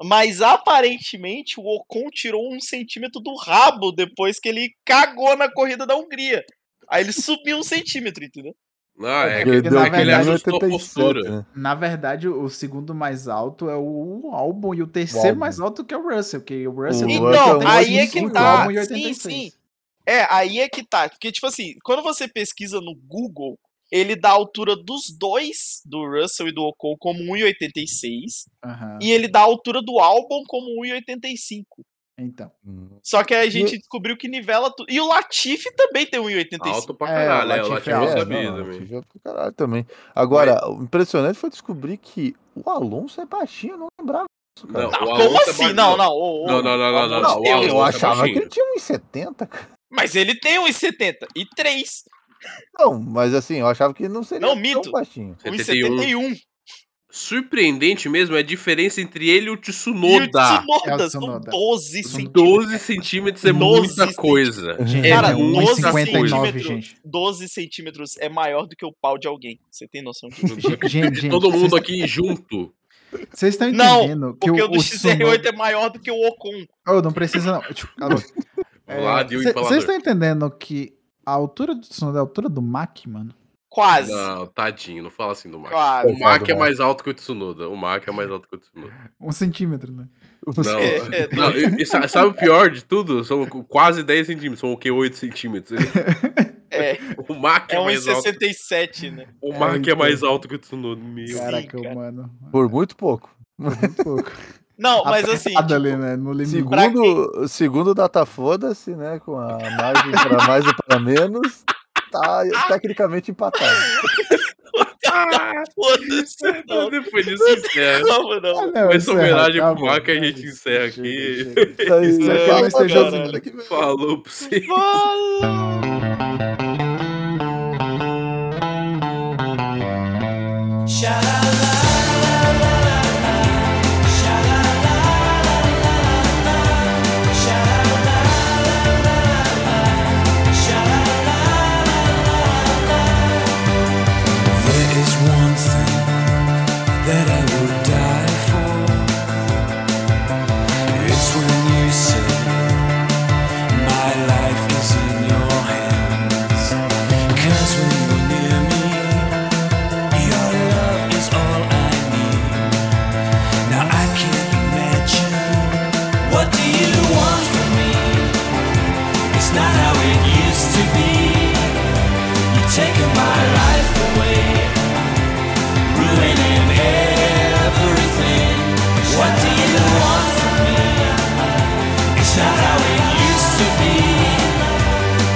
S4: Mas aparentemente o Ocon tirou um centímetro do rabo depois que ele cagou na corrida da Hungria. Aí ele subiu um centímetro, entendeu?
S3: Ah, é,
S5: Porque
S3: que-
S5: ele deu
S3: é que ele
S5: verdade,
S3: ajustou a postura.
S2: né?
S5: Na verdade, o o segundo mais alto é o Albon e o terceiro
S2: Albon.
S5: mais alto que é o Russell, que o Russell
S2: O
S5: tem
S2: Russell é
S4: Então,
S2: um
S5: 85,
S4: aí é que
S2: absurdo,
S5: o
S4: tá.
S5: Albon em
S4: Sim,
S5: 86.
S4: sim. É, aí é que tá. Porque, tipo assim, quando você pesquisa no Google, ele dá a altura dos dois, do Russell e do Ocon, como 1,86.
S5: Aham,
S4: E ele dá a altura do álbum como 1,85.
S5: Então.
S2: Hum.
S4: Só que a gente
S2: E-
S4: descobriu que nivela tudo. E o Latifi também tem 1,85.
S3: Alto pra
S5: É,
S3: caralho,
S5: o
S3: é, o
S5: Latifi
S3: Latifi
S5: é
S3: eu
S5: alto,
S3: sabia
S2: não,
S3: também.
S2: tive pra caralho também. Agora, o impressionante foi descobrir que o Alonso é baixinho, eu não lembrava disso, cara.
S3: Não, o
S4: Como
S3: Alonso é
S4: assim?
S3: baixo-
S4: Não, não. ô, ô,
S3: Não, não, não, não, não,
S4: Alonso,
S3: não, o
S4: eu-
S2: Eu,
S3: Alonso é
S2: achava que
S3: baixinho.
S2: ele tinha uns 70, cara.
S4: Mas ele tem 1,70 e 3.
S2: Não, mas assim, eu achava que ele não seria
S4: Não,
S2: tão
S3: um.
S4: mito.
S2: baixinho.
S4: 1,71.
S3: surpreendente mesmo é a diferença entre ele e o
S4: E o
S3: Tsunoda.
S4: Tsunoda,
S5: É o
S4: são
S5: Tsunoda.
S4: 12
S3: São
S4: centímetros.
S3: 12 centímetros é
S4: 12
S3: muita
S4: <laughs>
S3: coisa.
S5: Gente, um
S3: É
S5: cara,
S3: muita
S5: 1,59,
S4: coisa.
S5: gente.
S4: 12 centímetros é maior do que o pau de alguém. Você tem noção disso?
S5: Gente, <laughs> gente,
S3: De todo mundo
S5: vocês-
S3: aqui junto.
S5: Vocês estão
S4: Não,
S5: entendendo que
S4: Porque o, do
S5: Tsunoda-
S4: XR8 é maior do que o Ocon.
S5: Oh, não precisa não. Tipo,
S4: <laughs>
S5: alô.
S4: É,
S3: Vlad e o
S5: Cê-
S3: empalador.
S5: Vocês estão entendendo que a altura do Tsunoda é a altura do Mac, mano?
S4: Quase.
S3: Não, tadinho, não fala assim do Mac.
S4: Quase.
S3: O Mac é
S2: Coitado,
S3: mais alto que o Tsunoda. O Mac é mais alto que o Tsunoda.
S5: Um centímetro, né?
S3: Não,
S4: É, é,
S3: não, e- e sa- sabe o pior de tudo? São quase 10 centímetros, são o que? 8
S4: <laughs>
S3: centímetros.
S4: É,
S3: O Mac é,
S4: é
S3: mais alto.
S4: 1,67, né?
S3: O Mac é,
S5: então.
S3: mais alto que o Tsunoda. Meu.
S4: Sim,
S5: Caraca,
S4: cara.
S5: mano.
S2: É, Por muito pouco.
S5: Muito pouco.
S4: Não, mas assim,
S5: Apertado ali, né? No limite.
S4: Pra
S2: Segundo, segundo o Data Foda-se, né? Com a margem para mais e para menos, tá tecnicamente empatado.
S4: ah, <laughs> foda-se, não.
S3: Depois disso, encerra.
S4: Calma,
S5: Ah,
S4: não.
S5: não,
S3: Com essa
S5: encerra,
S3: homenagem pro
S5: acabou.
S3: Maca, a gente encerra aqui.
S5: chega.
S2: Tá aí,
S5: Espero que
S2: tá
S5: ele não
S2: aí,
S5: esteja
S2: cara.
S5: ouvindo.
S3: Falou pra você.
S1: There is one thing that I would die for. It's when you say, My life is in your hands. 'Cause when you're near me, your love is all I need. Now I can't imagine. What do you want from me? It's not how it used to be. You've taken my life away ruining everything. What do you want from me? It's not how it used to be.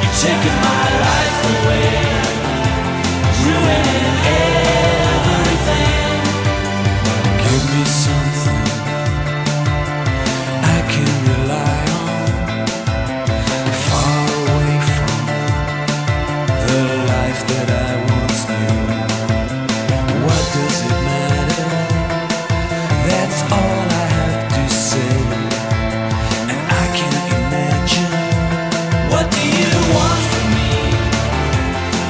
S1: You've taken my life away, ruining everything. Give me something I can rely on, far away from the life that I once knew. What does it matter? That's all I have to say. And I can't imagine. What do you want from me?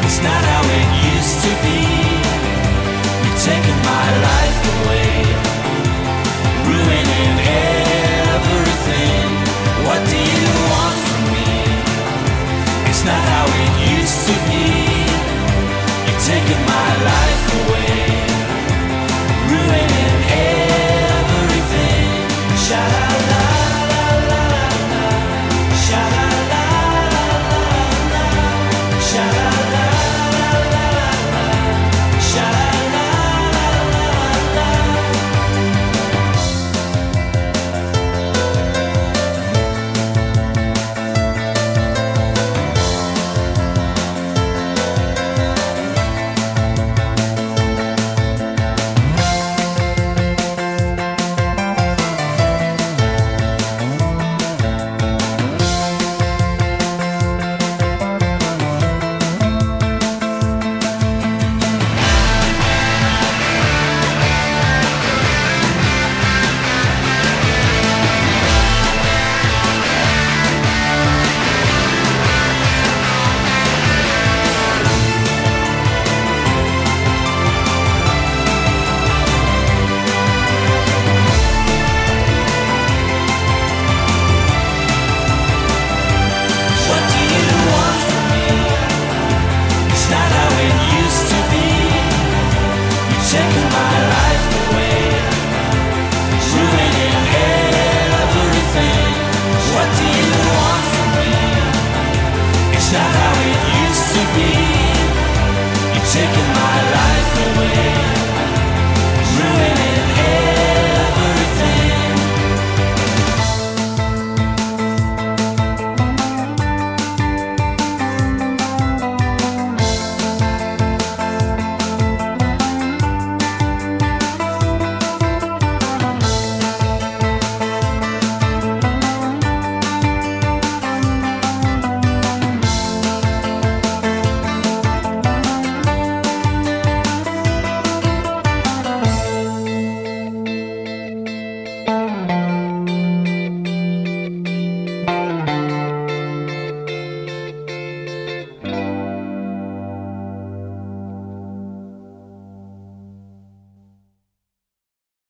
S1: It's not how it used to be. You've taken my life away, ruining everything. What do you want from me? It's not how it